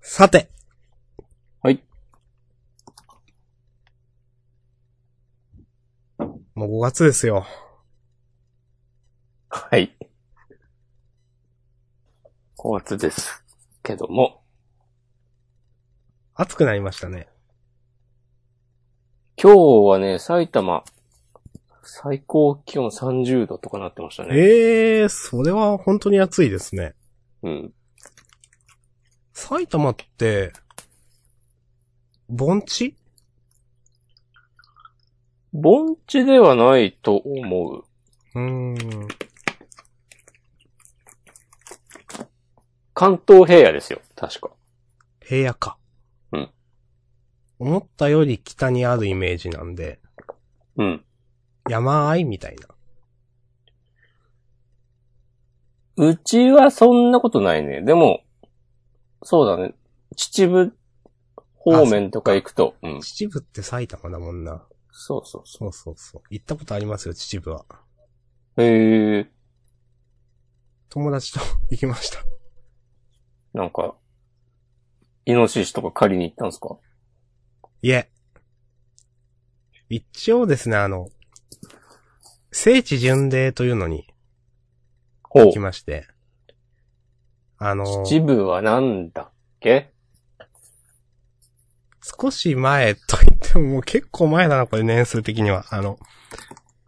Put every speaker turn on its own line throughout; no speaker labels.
さて。
はい。
もう5月ですよ。
はい。5月です。けども、
暑くなりましたね。
今日はね、埼玉、最高気温30度とかなってましたね。
ええー、それは本当に暑いですね。
うん。
埼玉って、盆地
盆地ではないと思う。
うーん。
関東平野ですよ、確か。
平野か。
うん。
思ったより北にあるイメージなんで、
うん。
山あいみたいな。
うちはそんなことないね。でも、そうだね。秩父方面とか行くと、うん。
秩父って埼玉だもんな。
そうそうそ
そうそうそう。行ったことありますよ、秩父は。
う。へえ、
友達と 行きました。
なんか、イノシシとか狩りに行ったんですか
いえ。一応ですね、あの、聖地巡礼というのに
ほう
行き。まして、あの、
秩父はなんだっけ
少し前と言ってももう結構前だな、これ年数的には。あの、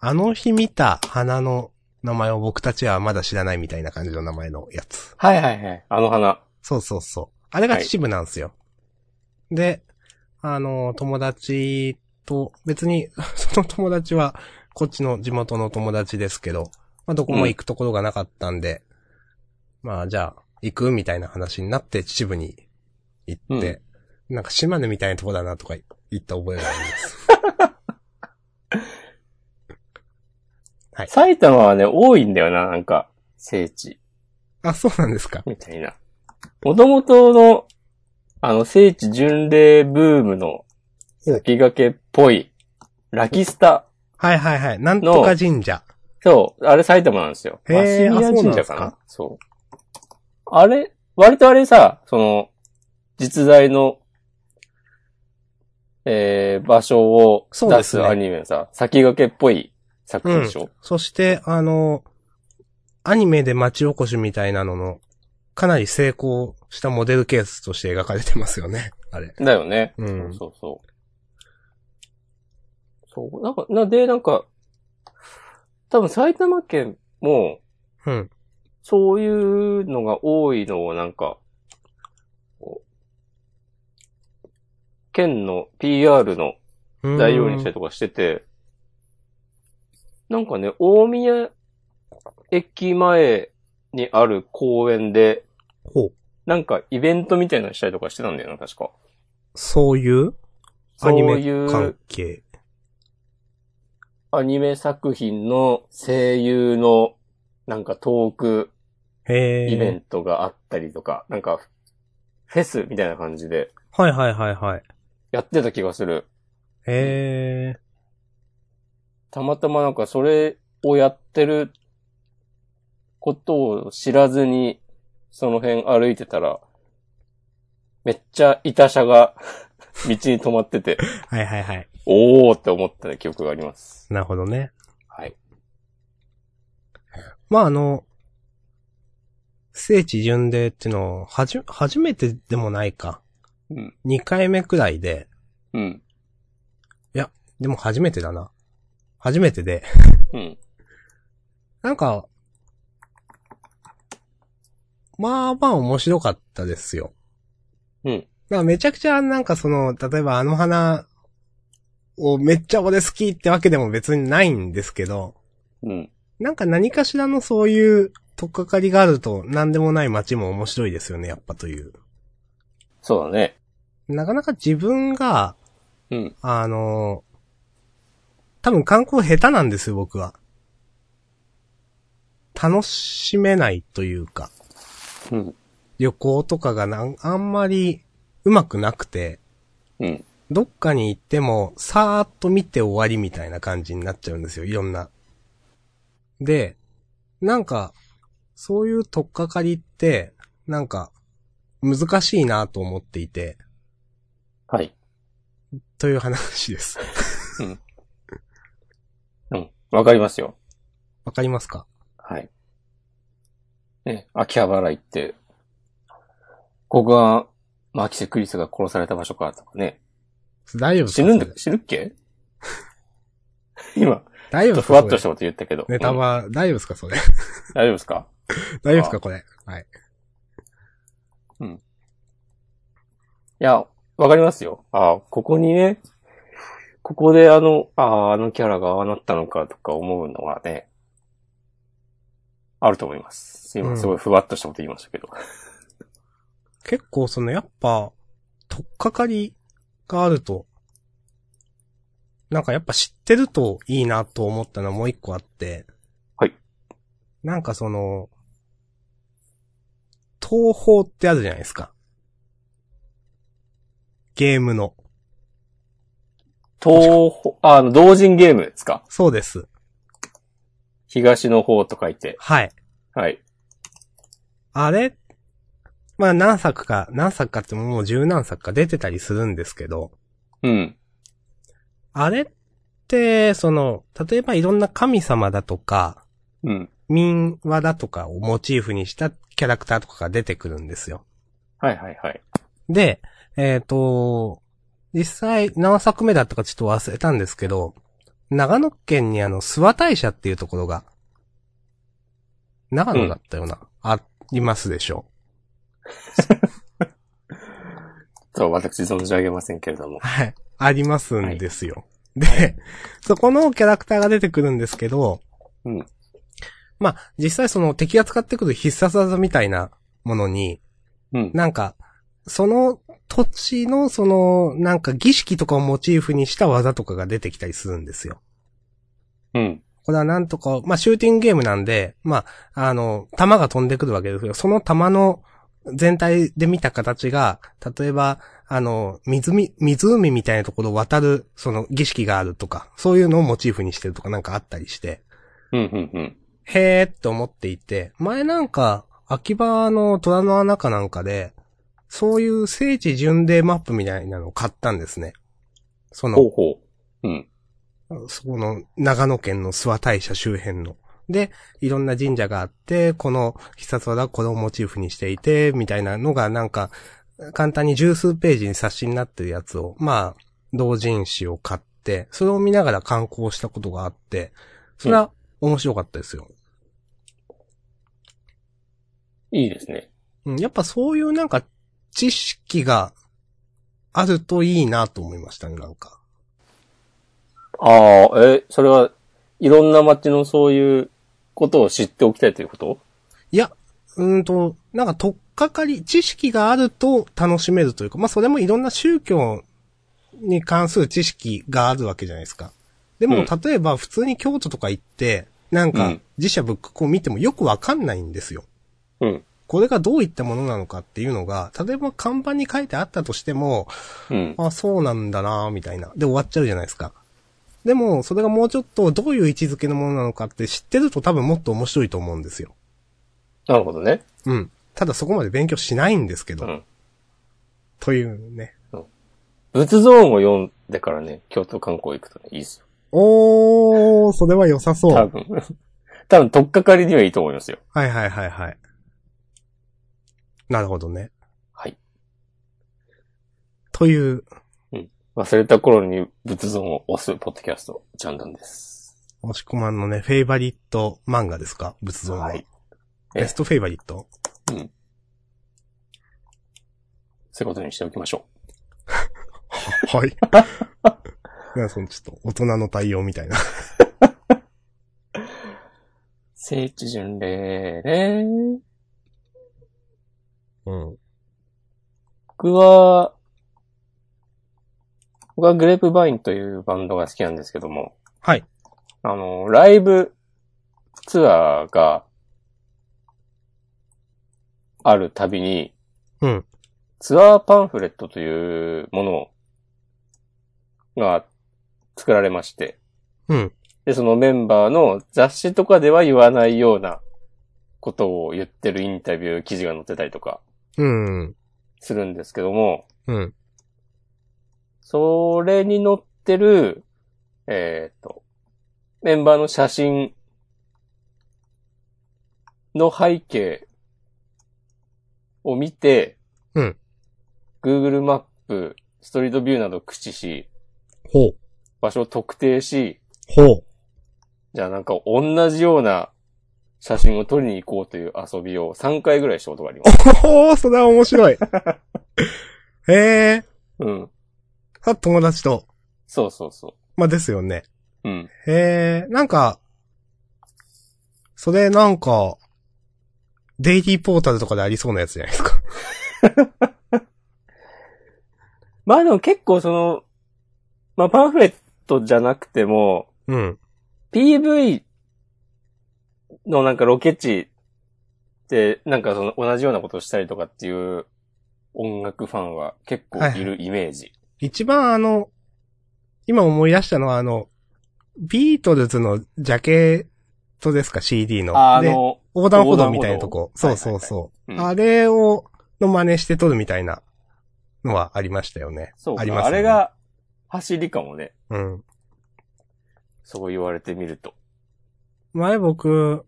あの日見た花の名前を僕たちはまだ知らないみたいな感じの名前のやつ。
はいはいはい。あの花。
そうそうそう。あれが秩父なんですよ。で、あの、友達と、別に、 その友達は、こっちの地元の友達ですけど、まあ、どこも行くところがなかったんで、まあ、じゃあ、行くみたいな話になって、秩父に行って、なんか島根みたいなとこだなとか言った覚えがあります。はい
埼玉はね、多いんだよな、なんか、聖地、
あ、そうなんですか。
みたいな。もともとの、あの、聖地巡礼ブームの先駆けっぽい、ラキスタ。
はいはいはい。なんとか神社。
そう、あれ埼玉なんですよ。
へー
マシ
あそう
ニ
な
ア
ん
神
で
社
すか
かなそう。あれ、割とあれさ、その、実在の、えー、場所を
そう
出
です
す
ね
アニメのさ、先駆けっぽい作品でしょ、
そして、あの、アニメで町おこしみたいなのの、かなり成功したモデルケースとして描かれてますよね。 あれ。
だよね。
うん
そうそうそう。そう、なんか、な、で、なんか、多分埼玉県も、
うん。
そういうのが多いのをなんか、こう県の PR の
うん
材料にしたりとかしてて、なんかね、大宮駅前にある公園で、
ほう。
なんかイベントみたいなのしたりとかしてたんだよな、確か。
そういうア
そう
ニ
いう
メ関係。
アニメ作品の声優のなんかトーク
へえ。
イベントがあったりとか、なんかフェスみたいな感じで
はいはいはいはい。
やってた気がする。
へえ。
たまたまなんかそれをやってることを知らずに、その辺歩いてたら、めっちゃいた車が 道に止まってて、
はいはいはい。
おーって思った記憶があります。
なるほどね。
はい。
まああの、聖地巡礼っていうのを、はじ、初めてでもないか。
うん。
2回目くらいで、
うん。
でも初めてだな。初めてで、
うん。
なんか、まあまあ面白かったですよ。
うん。
なんかめちゃくちゃなんかその、例えばあの花をめっちゃ俺好きってわけでも別にないんですけど、
うん。
なんか何かしらのそういうとっかかりがあると何でもない街も面白いですよね、やっぱという。
そうだね。
なかなか自分が、
うん。
あの、多分観光下手なんですよ、僕は。楽しめないというか。
うん。
旅行とかがなんあんまりうまくなくて、
うん。
どっかに行っても、さーっと見て終わりみたいな感じになっちゃうんですよ、いろんな。で、なんか、そういうとっかかりって、なんか、難しいなと思っていて、
はい。
という話です。
うん。わかりますよ。
わかりますか
はい。ね、秋葉原行って、ここが、マキセ・クリスが殺された場所かとかね。
大丈夫です
死
か
ぬんだ
それ、
死ぬっけ今、
大
ち
丈夫で
ょっ
す
とふ
か
わ
それ
っとしたこと言ったけど。
ネタ
うん
は、大丈夫ですかそ れ。
大丈夫ですか
大丈夫ですかこれ。はい。
いや、わかりますよ。ああ、ここにね、ここであの、ああ、あのキャラがああなったのかとか思うのはね、あると思います。
う
今
ん
すごいふわっとしたこと言いましたけど。
結構その、やっぱ、とっかかりがあると、なんかやっぱ知ってるといいなと思ったのはもう一個あって。
はい。
なんかその、東宝ってあるじゃないですか。ゲームの。
東方、ああの、同人ゲームですか
そうです。
東の方と書いて。
はい。
はい。
あれまあ何作か、何作かってもう十何作か出てたりするんですけど、
うん。
あれって、その、例えばいろんな神様だとか、
うん。
民話だとかをモチーフにしたキャラクターとかが出てくるんですよ。
はいはいはい。
で、えっ、と、実際何作目だったかちょっと忘れたんですけど、長野県にあの、諏訪大社っていうところが、長野だったような、ありますでしょ
と私存じ上げませんけれども。
はい。ありますんですよ。で、 そこのキャラクターが出てくるんですけど、
うん
まあ、実際その敵が使ってくる必殺技みたいなものに、
うん。
なんか、その土地のその、なんか儀式とかをモチーフにした技とかが出てきたりするんですよ。
うん。
これはなんとか、まあ、シューティングゲームなんで、まあ、あの、弾が飛んでくるわけですけど、その弾の全体で見た形が、例えば、あの、湖、湖みたいなところを渡る、その儀式があるとか、そういうのをモチーフにしてるとかなんかあったりして、
うん。うん。うん。
へーって思っていて、前なんか、秋葉の虎の穴かなんかで、そういう聖地巡礼マップみたいなのを買ったんですね。その
ほ、うほう。うん。
そこの長野県の諏訪大社周辺の。で、いろんな神社があって、この必殺技はこれをモチーフにしていて、みたいなのがなんか、簡単に十数ページに冊子になってるやつを、まあ、同人誌を買って、それを見ながら観光したことがあって、それは面白かったですよ。
いいですね。
うん、やっぱそういうなんか知識があるといいなと思いましたね、なんか。
ああ、え、それは、いろんな街のそういうことを知っておきたいということ
いや、うーんと、なんか、とっかかり、知識があると楽しめるというか、まあ、それもいろんな宗教に関する知識があるわけじゃないですか。でも、
うん
例えば、普通に京都とか行って、なん
う
か
ん、
自社ブックこう見てもよくわかんないんですよ。
うん。
これがどういったものなのかっていうのが、例えば看板に書いてあったとしても、
うん。
あ、そうなんだなみたいな。で、終わっちゃうじゃないですか。でも、それがもうちょっとどういう位置づけのものなのかって知ってると多分もっと面白いと思うんですよ。
なるほどね。
うん。ただそこまで勉強しないんですけ
う
ど、
ん。
というね。
仏像を読んでからね、京都観光行くとね、いいですよ。
おー、それは良さそう。
多
はい
分。 多分、とっかかりにはいいと思いますよ。
はいはいはい。なるほどね。
はい。
という、
忘れた頃に仏像を押すポッドキャスト、ジャンダンです。
押し込まんのね、フェイバリット漫画ですか仏像の。
はい。ええ
ベストフェイバリット
そういうことにしておきましょ
はい。 なんかそのちょっと大人の対応みたいな。
う。聖地巡礼ね。
うん。
僕は、僕はグレープバインというバンドが好きなんですけども。
はい。
あの、ライブツアーがあるたびに、
うん。
ツアーパンフレットというものが作られまして、
うん。
で、そのメンバーの雑誌とかでは言わないようなことを言ってるインタビュー記事が載ってたりとか、
うん。
するんですけども、
うん。
それに載ってる、えっ、と、メンバーの写真の背景を見て、
うん。
Google マップ、ストリートビューなどを駆使し、
ほう。
場所を特定し、
ほ う。
じゃあなんか同じような写真を撮りに行こうという遊びを3回ぐらいしたことがあります。
ほう、それは面白い。へえ。
うん。
さ、友達と。
そうそうそ
まあ、ですよね。
う。うん。
へえ、なんか、それなんか、デイリーポータルとかでありそうなやつじゃない ですか。
まあでも結構その、まあパンフレットじゃなくても、
うん。
PV のなんかロケ地で、なんかその同じようなことをしたりとかっていう音楽ファンは結構いるイメージ。
一番あの、今思い出したのはあの、ビートルズのジャケットですか CD の。
ああ
で、
の、
横断歩道みたいなとこ。
横断
そ
歩
う
道
そうそう。
はいはいはい
あれを、の真似して撮るみたいなのはありましたよね。
そうか、
あ
あ
りますよね
れが走りかもね。
うん。
そう言われてみると。
前僕、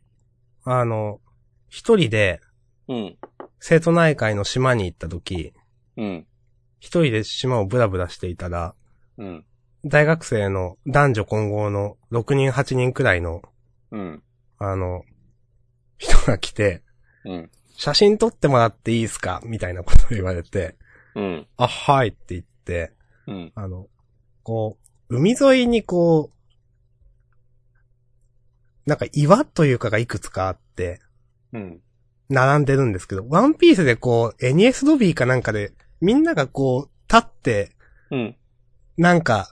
あの、一人で
うん。
生徒内会の島に行った時、
うん。
一人で島をブラブラしていたら、
うん。
大学生の男女混合の6人8人くらいの、
うん。
あの、人が来て、
うん。
写真撮ってもらっていいですかみたいなことを言われて、
うん。
あ、はいって言って、
うん。
あの、こう、海沿いにこう、なんか岩というかがいくつかあって、
うん。
並んでるんですけど、ワンピースでこう、NES ドビーかなんかで、みんながこう、立って、
うん。
なんか、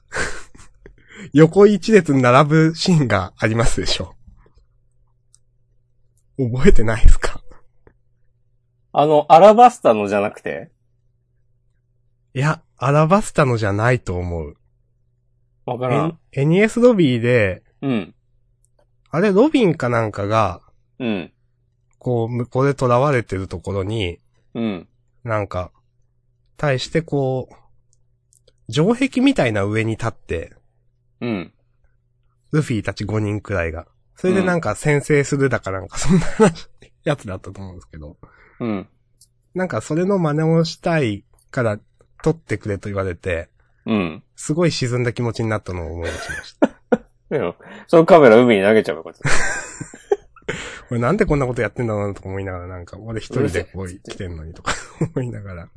横一列に並ぶシーンがありますでしょ。覚えてないですか
あの、アラバスタのじゃなくて
いや、アラバスタのじゃないと思う。
わからん。
N- NES ドビーで、
うん。
あれ、ロビンかなんかが、
うん。
こう、向こうで囚われてるところに、
うん。
なんか、対してこう、城壁みたいな上に立って、
うん。
ルフィたち5人くらいが。それでなんか先制するだかなんか、そんな話、やつだったと思うんですけど。
うん。
なんかそれの真似をしたいから、撮ってくれと言われて、
うん。
すごい沈んだ気持ちになったのを思い出しました。
でもそのカメラ海に投げちゃうこと。
俺なん でこんなことやってんだろうなとか思いながら、なんか俺一人でこう来てんのにとか 思いながら。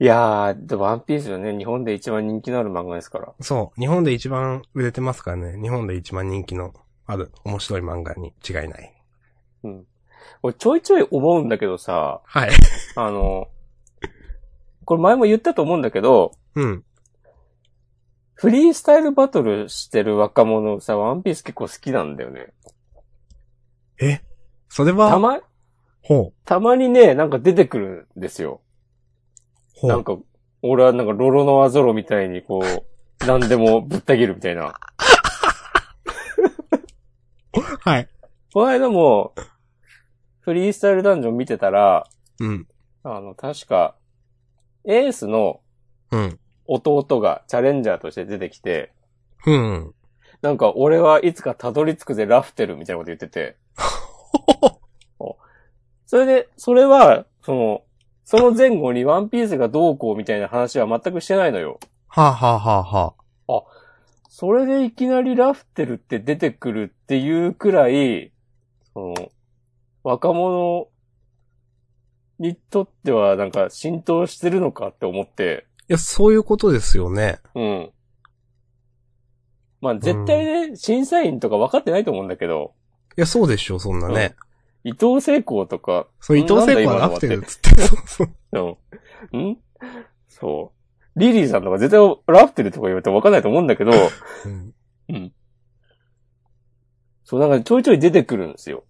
いやー、でもワンピースはね、日本で一番人気のある漫画ですから。
そう、日本で一番売れてますからね。日本で一番人気のある面白い漫画に違いない。
うん。俺ちょいちょい思うんだけどさ、
はい。
あの、これ前も言ったと思うんだけど、
うん。
フリースタイルバトルしてる若者さ、ワンピース結構好きなんだよね。
え、それ
た
は、
ま、
ほう、
たまにね、なんか出てくるんですよ。
ほ
なん
う。
か、俺はなんかロロノアゾロみたいにこう、 何でもぶった切るみたいな。
はい。
この間も、フリースタイルダンジョン見てたら、
うん。
あの、確か、エースの
うん。
弟がチャレンジャーとして出てきて、
うん。
なんか俺はいつかたどり着くぜラフテルみたいなこと言ってて。それで、それは、その、その前後にワンピースがどうこうみたいな話は全くしてないのよ。
はあ、はあはあは
それでいきなりラフテルって出てくるっていうくらい、その、若者にとってはなんか浸透してるのかって思って、
あ、いや、そういうことですよね。
うん。まあ絶対ね、審査員とか分かってないと思うんだけど、
いや、そうでしょ、そんなね。
伊藤聖光とか、
そう、伊藤聖子はラフテルっつって。 そうそう。
うん。んそう。リリーさんとか絶対ラフテルとか言われても分かんないと思うんだけ ど、
うん。
そうなんかちょいちょい出てくるんですよ。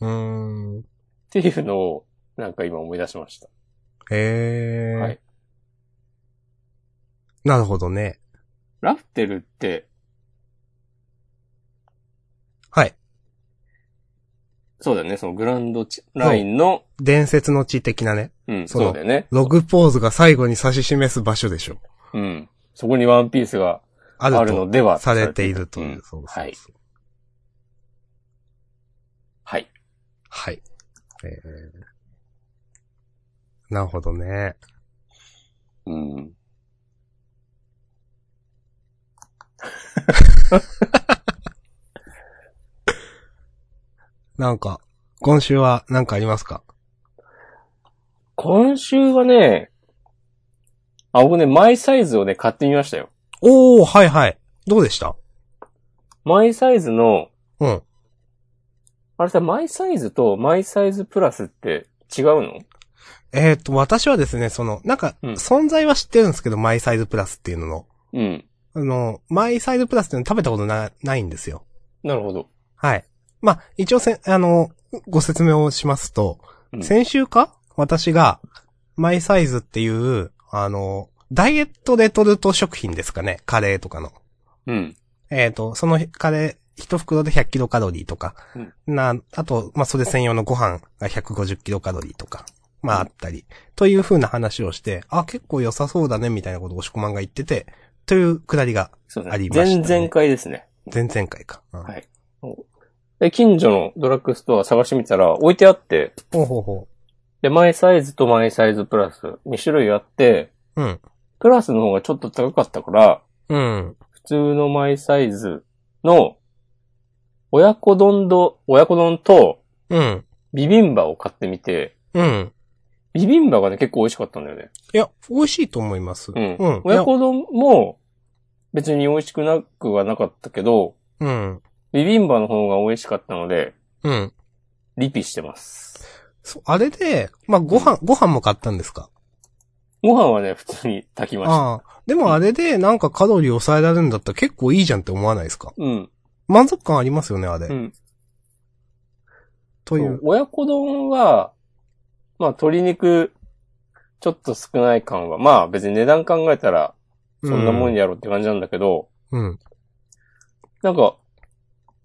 うーん。
っていうのを、なんか今思い出しました。
へー。
はい
なるほどね。
ラフテルって、
はい。
そうだよね、そのグランドチラインの、
伝説の地的なね。
うん、
その
そうだよね。
ログポーズが最後に指し示す場所でしょ。
うん。そこにワンピースが
あ
あ
る
るの
と
では
されているという。
う
そ
ん
うそうそう
はい。はい。
はい。えー、なるほどね。
うん。
なんか、今週は何かありますか
今週はね、あ、僕ね、マイサイズをね、買ってみましたよ。
おー、はいはい。どうでした
マイサイズの、
うん。
あれさ、マイサイズとマイサイズプラスって違うの
えっ、と、私はですね、その、なんか、
うん
存在は知ってるんですけど、マイサイズプラスっていうのの。
うん。
あの、マイサイズプラスっていうの食べたことな、ないんですよ。
なるほど。
はい。まあ、一応せ、あの、ご説明をしますと、
うん
先週か私が、マイサイズっていう、あの、ダイエットレトルト食品ですかね。カレーとかの。
うん。
えっ、と、そのカレー、一袋で100キロカロリーとか、な、あと、まあ、それ専用のご飯が150キロカロリーとか、まあ、あったり、という風な話をして、あ、結構良さそうだね、みたいなことを押し込まんが言ってて、というくだりが、
そうで
あ
す
り
ね。
ましたね
前々回ですね。
前々回か。うん
はいで、近所のドラッグストア探してみたら置いてあって、
ほうほうほ
で、マイサイズとマイサイズプラス2種類あって、
う。うん。
プラスの方がちょっと高かったから、
うん。
普通のマイサイズの親子丼と、親子丼と
うん。
ビビンバを買ってみて、
うん。
ビビンバがね、結構美味しかったんだよね。
いや、美味しいと思います。
うん。
うん。
親子丼も別に美味しくなくはなかったけど、
いやうん。
ビビンバの方が美味しかったので、
うん。
リピしてます。
そう、あれで、まあ、ご飯、ご飯も買ったんですか
ご飯はね、普通に炊きました。
ああ。でもあれで、なんかカロリー抑えられるんだったら結構いいじゃんって思わないですか
うん。
満足感ありますよね、あれ。
うん。
とい
そう
う。
親子丼は、まあ鶏肉、ちょっと少ない感は、まあ別に値段考えたら、そんなもんやろって感じなんだけど、
うん。
なんか、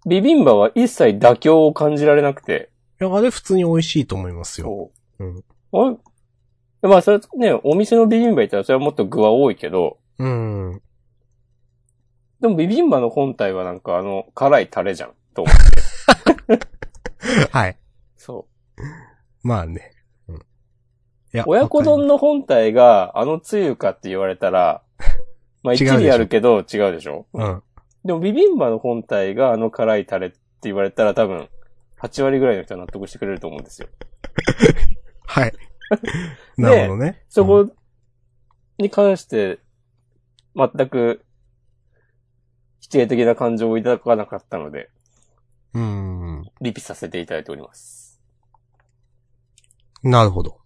ビビンバは一切妥協を感じられなくて、
いや、あれ普通に美味しいと思いますよ。
そう。
うん
あれまあそれね、お店のビビンバ行ったらそれはもっと具は多いけど、
うん。
でもビビンバの本体はなんかあの、辛いタレじゃん、 と思う。
はい。
そ
まあね。うん。いや
う。親子
わか
丼の本体があのつゆかって言われたら、まあ
違うで
一
しょ
理あるけど違うでしょ
ります
でもビビンバの本体があの辛いタレって言われたら多分、8割ぐらいの人は納得してくれると思うんですよ。
うん。 はい。なるほどね。
そこに関して、全く、否定的な感情をいただかなかったので、
うん。うん。
リピさせていただいております。
なるほど。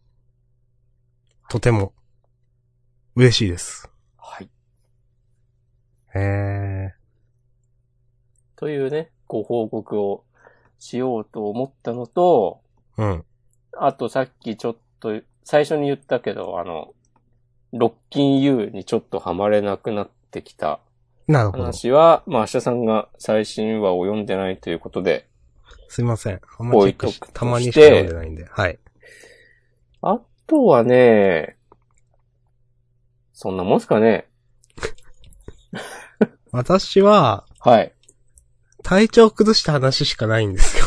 とても、嬉しいです。
はい。
へえ。
というね、ご報告をしようと思ったのと、
うん。
あとさっきちょっと、最初に言ったけど、あの、ロッキン U にちょっとハマれなくなってきた
なるほど。
話は、まあ、明日さんが最新話を読んでないということで、
すいません。あんまチェックし
置いとくとして
たまにしか読んでないんで。はい。
あとはね、そんなもんすかね。
私は、
はい。
体調崩した話しかないんです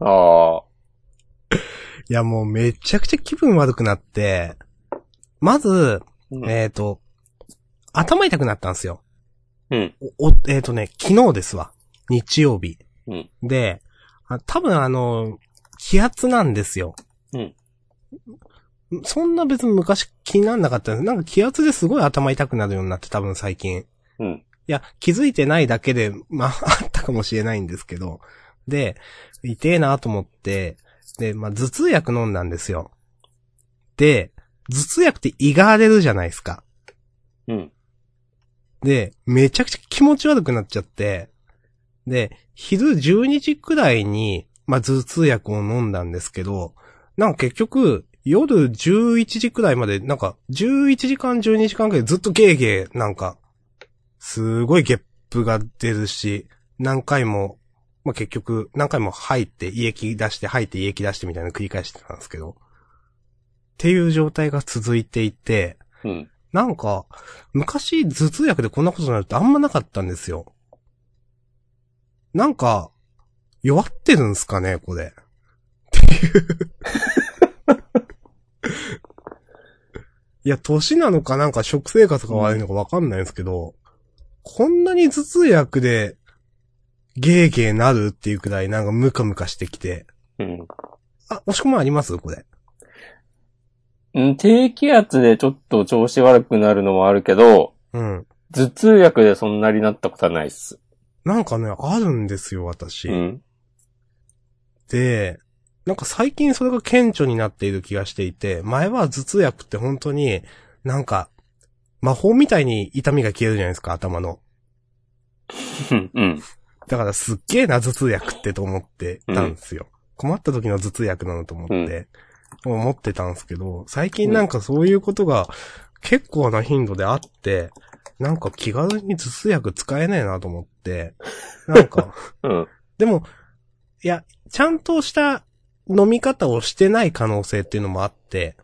よ。
ああ、
いや、もうめちゃくちゃ気分悪くなって、まず、
うん
えっ、と、頭痛くなったんですよ。
うん。
お、おえっ、とね、昨日ですわ。日曜日。
うん
で、あ多分あの、気圧なんですよ。
うん
そんな別に昔気になんなかったんです。なんか気圧ですごい頭痛くなるようになって、多分最近。
うん。
いや、気づいてないだけで、まあ、 あったかもしれないんですけど。で、痛えなと思って、で、まあ、頭痛薬飲んだんですよ。で、頭痛薬って胃が荒れるじゃないですか。
うん。
で、めちゃくちゃ気持ち悪くなっちゃって、で、昼12時くらいに、まあ、頭痛薬を飲んだんですけど、なんか結局、夜11時くらいまで、なんか、11時間、12時間くらいずっとゲーゲー、なんか、すごいゲップが出るし、何回も、まあ、結局、何回も吐いて、胃液出して、吐いて、胃液出してみたいなの繰り返してたんですけど、っていう状態が続いていて、
うん。
なんか、昔頭痛薬でこんなことになるってあんまなかったんですよ。なんか、弱ってるんすかね、これ。っていう。いや、歳なのかなんか食生活が悪いのかわかんないんですけど、こんなに頭痛薬で、ゲーゲーなるっていうくらいなんかムカムカしてきて。
うん。
あ、押し込まありますこれ。
うん低気圧でちょっと調子悪くなるのもあるけど、
うん。
頭痛薬でそんなになったことはないっす。
なんかね、あるんですよ、私。
うん。
で、なんか最近それが顕著になっている気がしていて、前は頭痛薬って本当に、なんか、魔法みたいに痛みが消えるじゃないですか、頭の。
うんうん。
だからすっげえな頭痛薬ってと思ってたんですよ。困った時の頭痛薬なのと思って、思ってたんですけど、最近なんかそういうことが結構な頻度であって、なんか気軽に頭痛薬使えねえなと思って、なんか、
うん。
でも、いや、ちゃんとした飲み方をしてない可能性っていうのもあって、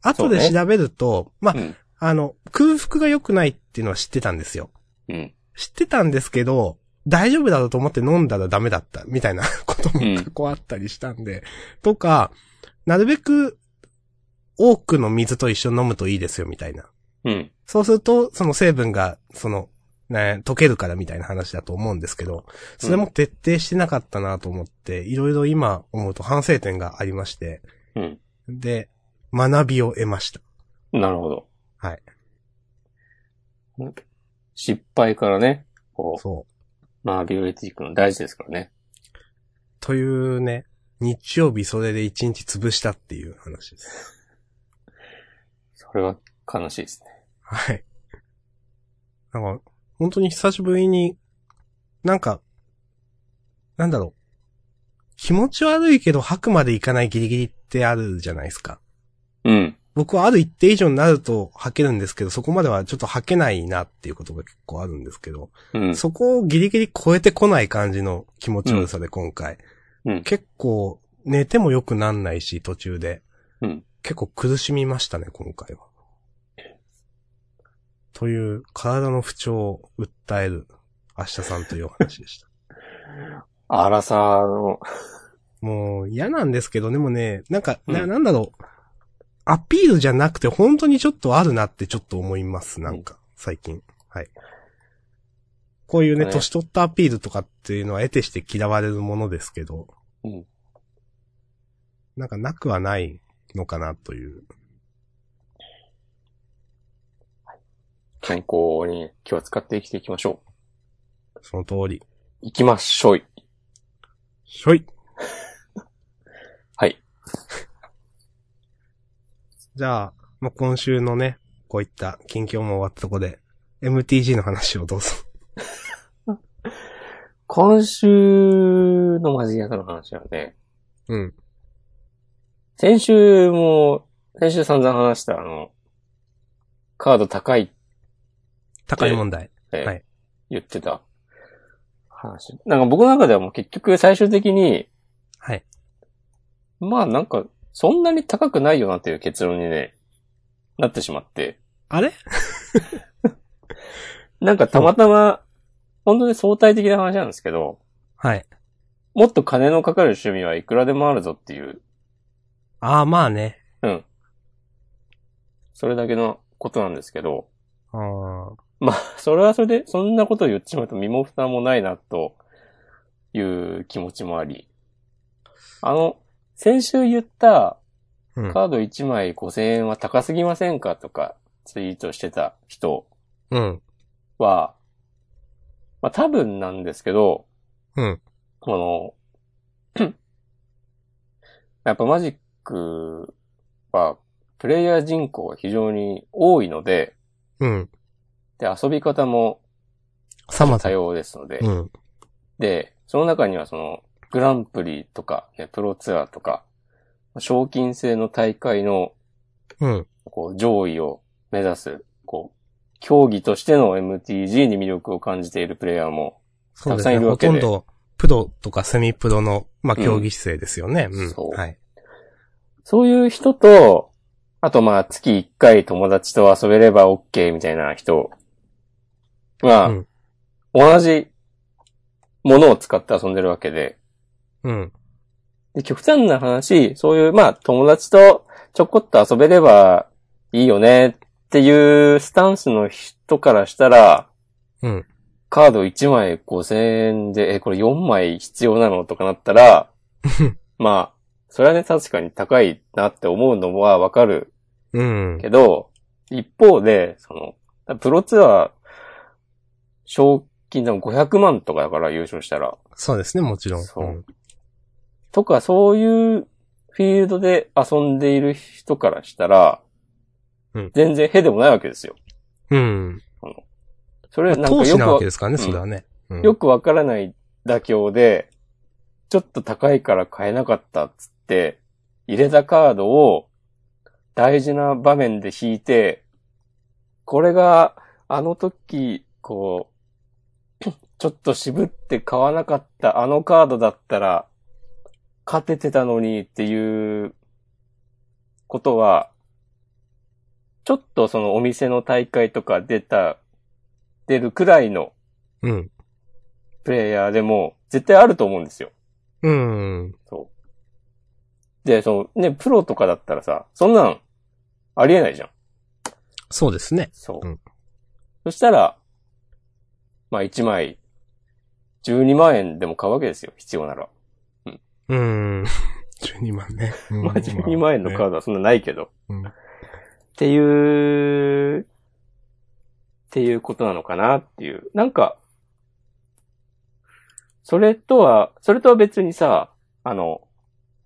後で
そうね
調べると、まあ、
うん
あの、空腹が良くないっていうのは知ってたんですよ。
うん。
知ってたんですけど、大丈夫だろうと思って飲んだらダメだった、みたいな こと
うん
も過去あったりしたんで、とか、なるべく多くの水と一緒に飲むといいですよ、みたいな。
うん。
そうすると、その成分が、その、ね、溶けるからみたいな話だと思うんですけど、それも徹底してなかったなと思って、いろいろ今思うと反省点がありまして、
うん。
で、学びを得ました。
なるほど。
はい。
失敗からね、こう、
そう。
学びを得ていくの大事ですからね。
というね、日曜日それで一日潰したっていう話です。
それは悲しいですね。
はい。なんか、本当に久しぶりに、なんか、なんだろう。気持ち悪いけど吐くまでいかないギリギリってあるじゃないですか。
うん。
僕はある一定以上になると吐けるんですけど、そこまではちょっと吐けないなっていうことが結構あるんですけど、
うん。
そこをギリギリ超えてこない感じの気持ち悪さで今回。
うん
結構寝ても良くなんないし、途中で。
うん
結構苦しみましたね、今回は。という、体の不調を訴える、明日さんというお話でした。
あらさの、
もう嫌なんですけど、でもね、なんか、な、
うん
なんだろう。アピールじゃなくて本当にちょっとあるなってちょっと思います、なんか、最近。はい。こういうね、
ね
年取ったアピールとかっていうのは得てして嫌われるものですけど。
うん
なんかなくはないのかなという。
健康に気を使って生きていきましょ
その通り。
う。いきましょい。
ひょい
はい。
じゃあ、まあ、今週のね、こういった近況も終わったとこで、MTG の話をどうぞ。
今週のマジギアカの話はね、
うん。
先週も、先週散々話したあの、カード高いっ
高い問題。
て
はい
言ってた話。なんか僕の中ではもう結局最終的に、
はい。
まあなんか、そんなに高くないよなっていう結論にね、なってしまって、
あれ
なんかたまたま、本当に相対的な話なんですけど、
はい。
もっと金のかかる趣味はいくらでもあるぞっていう、
ああ、まあね。
うん。それだけのことなんですけど、
あー
まあ、それはそれで、そんなことを言ってしまうと身も蓋もないな、という気持ちもあり。あの、先週言った、
うん。
カード1枚5000円は高すぎませんかとか、ツイートしてた人
うん。
は、まあ多分なんですけど、
うん。
この、 やっぱマジックは、プレイヤー人口が非常に多いので、
うん。
で、遊び方も
さま
多。様ですので、
うん。
で、その中にはその、グランプリとか、ね、プロツアーとか、賞金制の大会の
うん。
こう上位を目指す、こう、競技としての MTG に魅力を感じているプレイヤーも、
そうで
たく
す
さんい
ね。
る
ほ
わけ
と
で
んど、プロとかセミプロの、まあ、
うん
競技姿勢ですよね。うん。
そう
はい。
そういう人と、あとまあ月1回友達と遊べれば OK みたいな人は、
うん
同じものを使って遊んでるわけで、
うん。
で、極端な話、そういう、まあ、友達とちょこっと遊べればいいよねっていうスタンスの人からしたら、
うん。
カード1枚5000円で、え、これ4枚必要なのとかなったら、 まあ、それはね、確かに高いなって思うのはわかる
うん。
けど、一方で、その、プロツアー、賞金多分500万とかだから優勝したら。
そうですね、もちろん。
そう
うん
とか、そういうフィールドで遊んでいる人からしたら、
うん
全然へでもないわけですよ。
うん。
それなんか
投資
よ
な
く
わ
わ
けですからね、
うん
それはね。うん
よくわからない妥協で、ちょっと高いから買えなかったっつって、入れたカードを大事な場面で引いて、これがあの時、こう、 ちょっと渋って買わなかったあのカードだったら、勝ててたのにっていうことは、ちょっとそのお店の大会とか出た、出るくらいの
うん。
プレイヤーでも絶対あると思うんですよ。
うん。
そう。で、そのね、プロとかだったらさ、そんなんありえないじゃん。
そうですね。
そう。
うん
そしたら、まあ1枚12万円でも買うわけですよ、必要なら。
うん。12万ね。うん
まあ12万円のカードはそんなないけど。
うん
っていう、っていうことなのかなっていう。なんか、それとは、それとは別にさ、あの、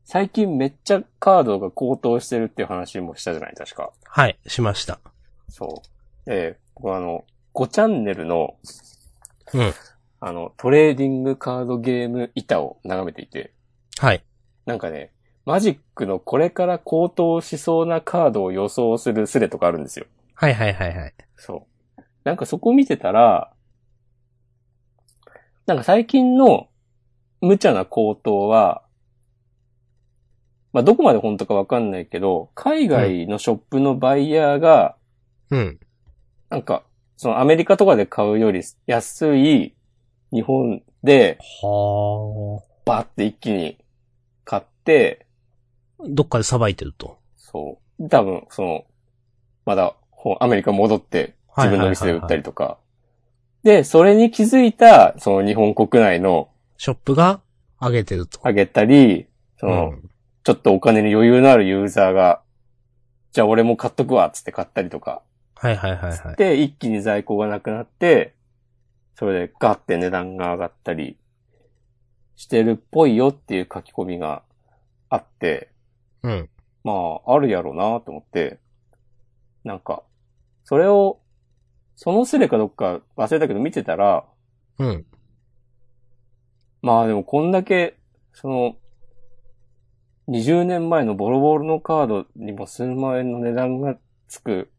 最近めっちゃカードが高騰してるっていう話もしたじゃない確か。
はい、しました。
そう。ええ僕はあの、5チャンネルの、
うん
あの、トレーディングカードゲーム板を眺めていて、
はい。
なんかね、マジックのこれから高騰しそうなカードを予想するスレとかあるんですよ。
はいはいはいはい。
そう。なんかそこ見てたら、なんか最近の無茶な高騰は、まあ、どこまで本当かわかんないけど、海外のショップのバイヤーが、
うん。
なんか、そのアメリカとかで買うより安い日本で、
は
バーって一気に買って、
あ。どっかでさばいてると。
そう。多分、その、まだ、ほアメリカ戻って、自分の店で売ったりとか。で、それに気づいた、その日本国内の
ショップが上げてると。
上げたり、その、
うん
ちょっとお金に余裕のあるユーザーが、じゃあ俺も買っとくわ、つって買ったりとか。
はいはいはいはい。
で、一気に在庫がなくなって、それでガッて値段が上がったりしてるっぽいよっていう書き込みがあって、
うん。
まあ、あるやろうなと思って、なんか、それを、そのスレかどっか忘れたけど見てたら、
うん。
まあでもこんだけ、その、20年前のボロボロのカードにも数万円の値段がつく、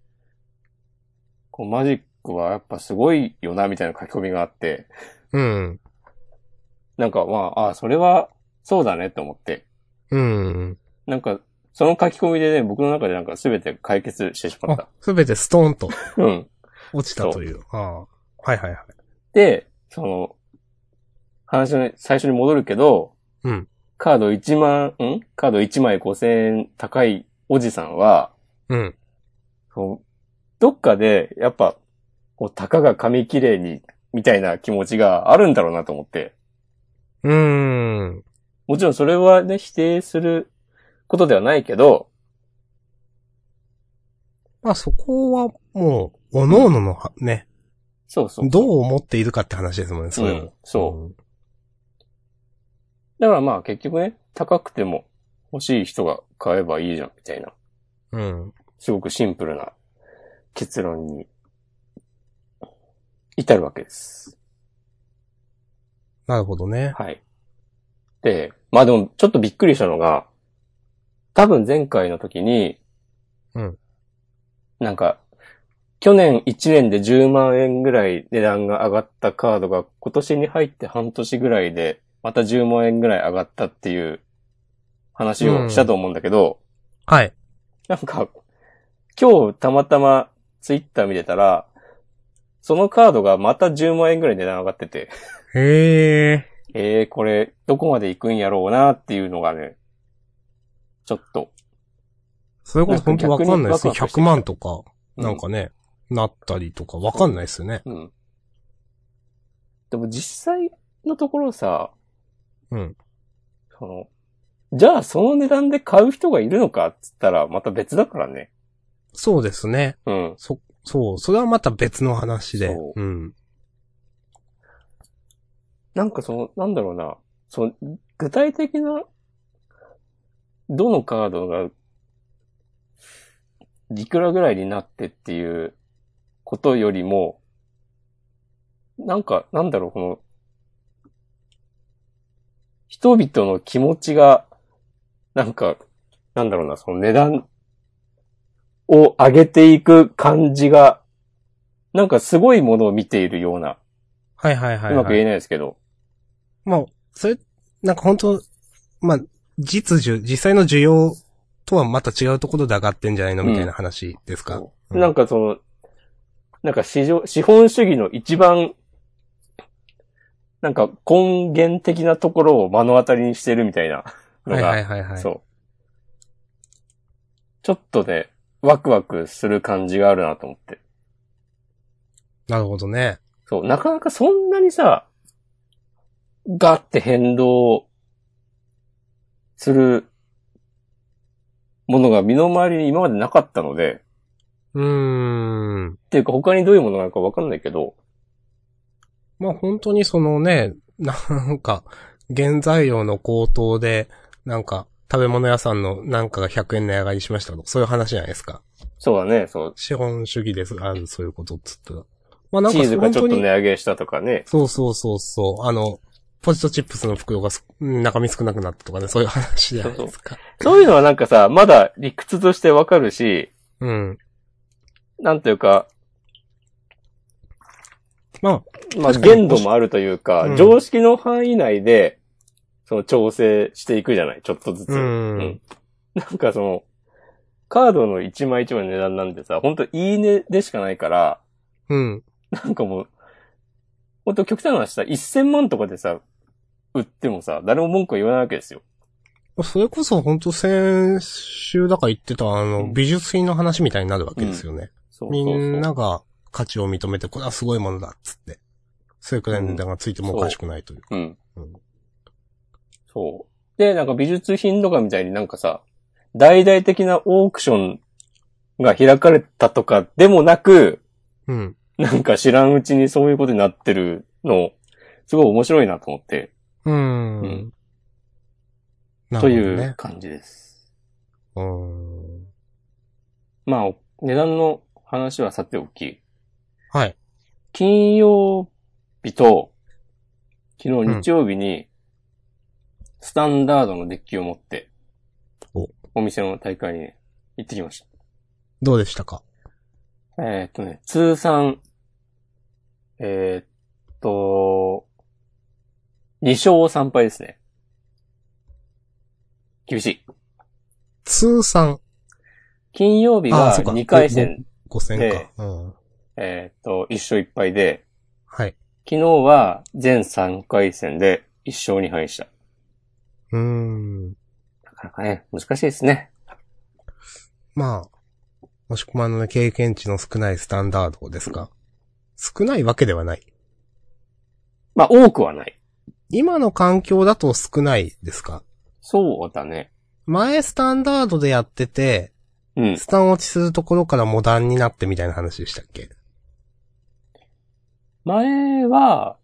こうマジックはやっぱすごいよな、みたいな書き込みがあって、
うん。
なんかまあ、あそれは、そうだねと思って、
うん。
なんか、その書き込みでね、僕の中でなんか全て解決してしまっ
あ
た。、
すべてストーンと
うん。
落ちたという。ああ。はいはいはい。
で、その、話の最初に戻るけど、
うん
カード1万、んカード1枚5000円高いおじさんは、
うん。
そうどっかで、やっぱ、こう、たかが紙切れに、みたいな気持ちがあるんだろうなと思って。
うーん。
もちろんそれはね、否定することではないけど、
まあそこはもう、おのおののはね、
そうそう。
ど
う
う思っているかって話ですもんね、それ
ん
も。
そう。だからまあ結局ね、高くても欲しい人が買えばいいじゃん、みたいな。
うん。うん。
すごくシンプルな結論に至るわけです。
なるほどね。
はい。で、まあでもちょっとびっくりしたのが、多分前回の時に、
うん。
なんか、去年1年で10万円ぐらい値段が上がったカードが今年に入って半年ぐらいでまた10万円ぐらい上がったっていう話をしたと思うんだけど、
はい。
なんか、今日たまたまツイッター見てたら、そのカードがまた10万円ぐらい値段上がってて、
へえ。
えー、これ、どこまで行くんやろうなっていうのがね、ちょっと。
それこそ本当わかんないですね。
なんか逆にワクワクしてき
100
た
万とか、なん
う
かね、なったりとか、わかんないですよね。
うん。でも実際のところさ、
うん。
その、じゃあその値段で買う人がいるのかっつったらまた別だからね。
そうですね。
うん。
そ、そう、それはまた別の話で。
そう
うん。
なんかその、なんだろうな、その、具体的な、どのカードが、いくらぐらいになってっていうことよりも、なんか、なんだろう、この、人々の気持ちが、なんか、なんだろうな、その値段を上げていく感じが、なんかすごいものを見ているような、
はいはいはいう
まく
は
言え
い。
ないですけど、
まあ、それ、なんか本当まあ、実需、実際の需要とはまた違うところで上がってんじゃないのみたいな話ですか。
そう
うん
なんかその、なんか市場、資本主義の一番、なんか根源的なところを目の当たりにしてるみたいなの
は
が、
いはいはいはい。
そう。ちょっとね、ワクワクする感じがあるなと思って。
なるほどね。
そう、なかなかそんなにさ、ガって変動するものが身の回りに今までなかったので、
うーん。
っていうか他にどういうものがあるかわかんないけど、
まあ本当にそのね、 なんか、原材料の高騰で、なんか、食べ物屋さんのなんかが100円値上がりしましたとか、そういう話じゃないですか。
そうだね、そう。
資本主義です、ある、そういうことっつったら。まあなん
チ
か、
ーズが
本
ちょ
当
っと値
に、
上げしたとかね。
そうそうそうそう、あの、ポテトチップスの袋がすうん中身少なくなったとかね、そういう話じゃないですか。
そういうのはなんかさ、まだ理屈としてわかるし、
うん。
なんというか、
まあ、
ま
確か
あ、
に
限度もあるというか、
うん
常識の範囲内で、その調整していくじゃないちょっとずつ。
うん
うんなんかその、カードの一枚一枚の値段なんてさ、ほんといいねでしかないから、
うん。
なんかもう、ほんと極端な話さ、1000万とかでさ、売ってもさ、誰も文句は言わないわけですよ。
それこそ本当先週だから言ってたあの、美術品の話みたいになるわけですよね。
そうそう
み
そうん
なが価値を認めて、これはすごいものだっつって。それくらいの値段がついてもおかしくないという。
うん
うん。
そう。で、なんか美術品とかみたいになんかさ、大々的なオークションが開かれたとかでもなく、
うん。
なんか知らんうちにそういうことになってるの、すごい面白いなと思って、
うん。
うん
な
と
るほど
いう
ね。
感じです。
うん。
まあ、お値段の話はさておき、
はい。
金曜日と、昨
うん
日日曜日に、スタンダードのデッキを持って
お、
お店の大会にね行ってきました。
どうでしたか
えーっとね、通算、えーっと、2勝3敗ですね。厳しい。
通算
金曜日
あー
が
そっか
2回戦、
5000か
え。
うん。
えーっと、1勝1敗で、
はい。
昨日は全3回戦で1勝2敗でした。
うーん。
なかなかね、難しいですね。
まあ、もしくはあのね経験値の少ないスタンダードですか少ないわけではない。
まあ、多くはない。
今の環境だと少ないですか
そうだね。
前スタンダードでやってて、
うん。
スタン落ちするところからモダンになってみたいな話でしたっけ
前は、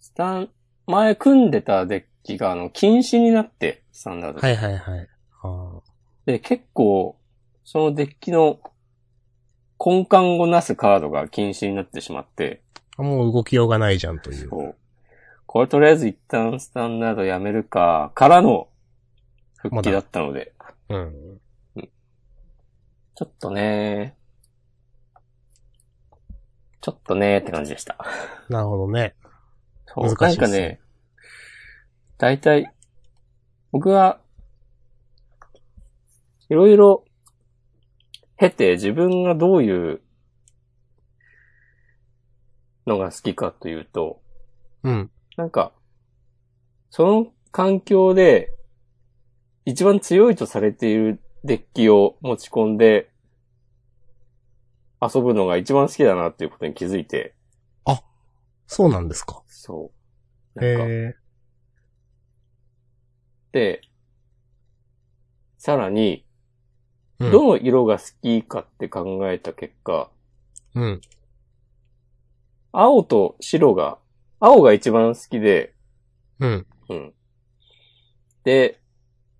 スタン、前組んでたデッキが、あの、禁止になって、スタンダードで
はいはいはい。あ
で、結構、そのデッキの根幹をなすカードが禁止になってしまって、
あもう動きようがないじゃんという。
こうこれとりあえず一旦スタンダードやめるか、からの復帰だったので、
うん。
ちょっとね、ちょっとねって感じでした。
なるほどね。
そう
難しい
なん
っ
か
すね
ね、大体、僕は、いろいろ経て自分がどういうのが好きかというと、
うん。
なんか、その環境で一番強いとされているデッキを持ち込んで遊ぶのが一番好きだなっていうことに気づいて、
そうなんですか。
そう。なんか、
へえ。
で、さらに、
うん
どの色が好きかって考えた結果、
うん。
青と白が、青が一番好きで、
うん。
うん。で、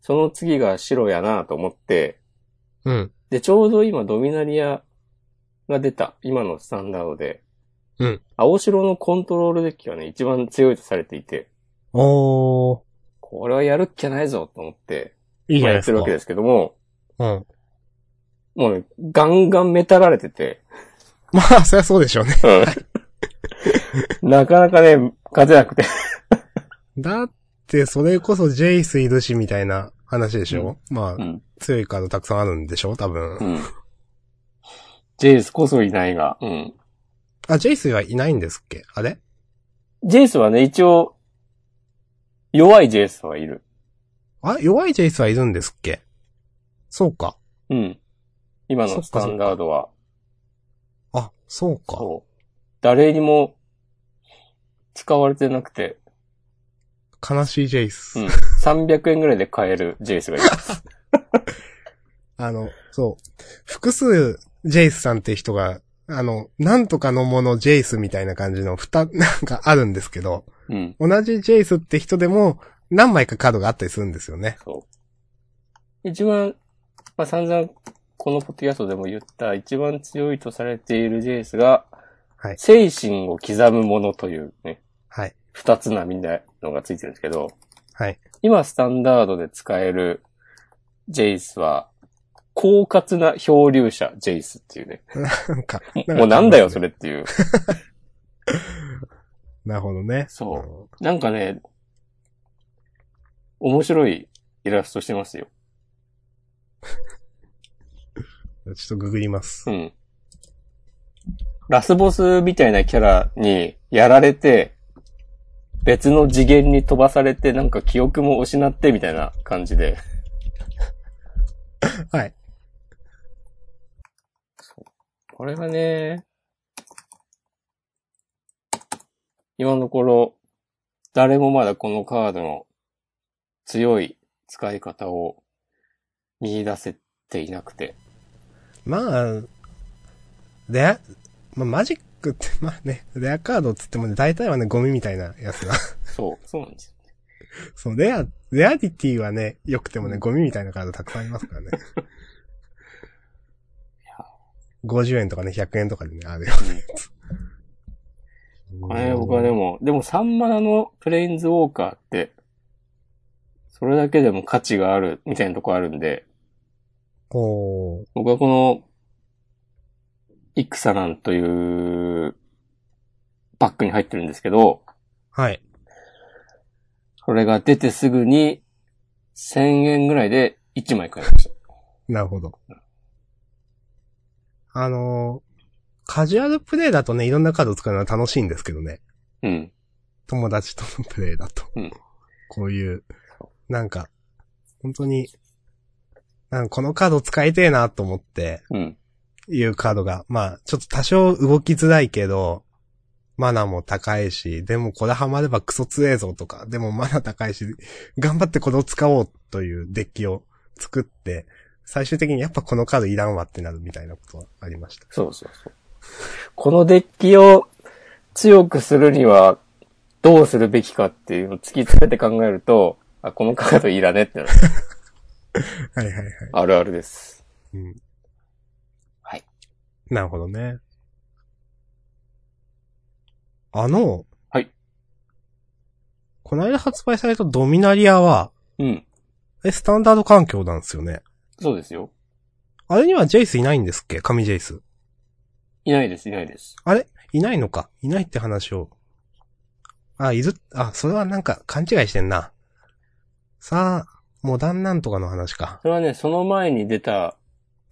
その次が白やなと思って、
うん。
で、ちょうど今ドミナリアが出た、今のスタンダードで、
うん。
青白のコントロールデッキがね、一番強いとされていて、
おー。
これはやるっきゃないぞと思って、
いいじゃ
まあ
ないで
やって
す
る
か。
わけですけども、
うん。
もうね、ガンガンメタられてて、
まあ、そりゃそうでしょうね。
うん。なかなかね、勝てなくて。
だって、それこそジェイスいるしみたいな話でしょ、まあ、
ん。
強いカードたくさんあるんでしょ多分、
うん。ジェイスこそいないが、うん。
あ、ジェイスはいないんですっけあれ
ジェイスはね、一応、弱いジェイスはいる。
あ、弱いジェイスはいるんですっけそうか。
うん。今
そっ
の
か
スタンダードは。
あ、そうか。
そう。誰にも使われてなくて、
悲しいジェイス。
うん。300円ぐらいで買えるジェイスがいます。
あの、そう。複数、ジェイスさんって人が、あの、なんとかのものジェイスみたいな感じの二、 なんかあるんですけど、
うん。
同じジェイスって人でも、何枚かカードがあったりするんですよね。
そう。一番、まあ、散々、このポッドキャストでも言った、一番強いとされているジェイスが、
はい
精神を刻むものというね、
はい。
二つなみんなのがついてるんですけど、
はい。
今スタンダードで使えるジェイスは、狡猾な漂流者ジェイスっていうね。
なんか、
もうなんだよ、そ
れ。
れっ ていう。
なるほどね。
そなんかね、面白いイラストしてますよ。
うん。ちょっとググります。
うん。ラスボスみたいなキャラにやられて、別の次元に飛ばされて、なんか記憶も失ってみたいな感じで。
はい。
そうこれがね、今の頃、誰もまだこのカードの強い使い方を見出せていなくて。
まあ、レア、まあ、マジックって、まあね、レアカードっつってもね、大体はね、ゴミみたいなやつが。
そう、そうなんですよ。
そう、レア、レアリティはね、良くてもね、ゴミみたいなカードたくさんありますから ね。50円とかね、100円とかでね、あるよ。
あれ、僕はでも、でも3マナのプレインズウォーカーって、それだけでも価値があるみたいなとこあるんで、
こ
僕はこの、イクサランというバッグに入ってるんですけど、
う、はい。
それが出てすぐに1000円ぐらいで1枚買いました。
なるほど。あのーカジュアルプレイだとね、いろんなカード使うのは楽しいんですけどね。
うん。
友達とのプレイだと。
うん
こういう、なんか、本当に、なんかこのカード使いてえなと思って、
うん。
いうカードが、まあ、ちょっと多少動きづらいけど、マナも高いし、でもこれハマればクソ強えぞとか、でもマナ高いし、頑張ってこれを使おうというデッキを作って、最終的にやっぱこのカードいらんわってなるみたいなことはありました。
そうそうそう。このデッキを強くするにはどうするべきかっていうのを突き詰めて考えると、あ、このカードいらねってのは
はいはいはい。
あるあるです。
うん。
はい。
なるほどね。あの、
はい。
この間発売されたドミナリアは、
うん。
え、スタンダード環境なんですよね。
そうですよ。
あれにはジェイスいないんですっけ神ジェイス。
いないです、いないです。
あれいないのかいないって話を。あ、いる、あ、それはなんか勘違いしてんな。さあ、モダンなんとかの話か。
それはね、その前に出た、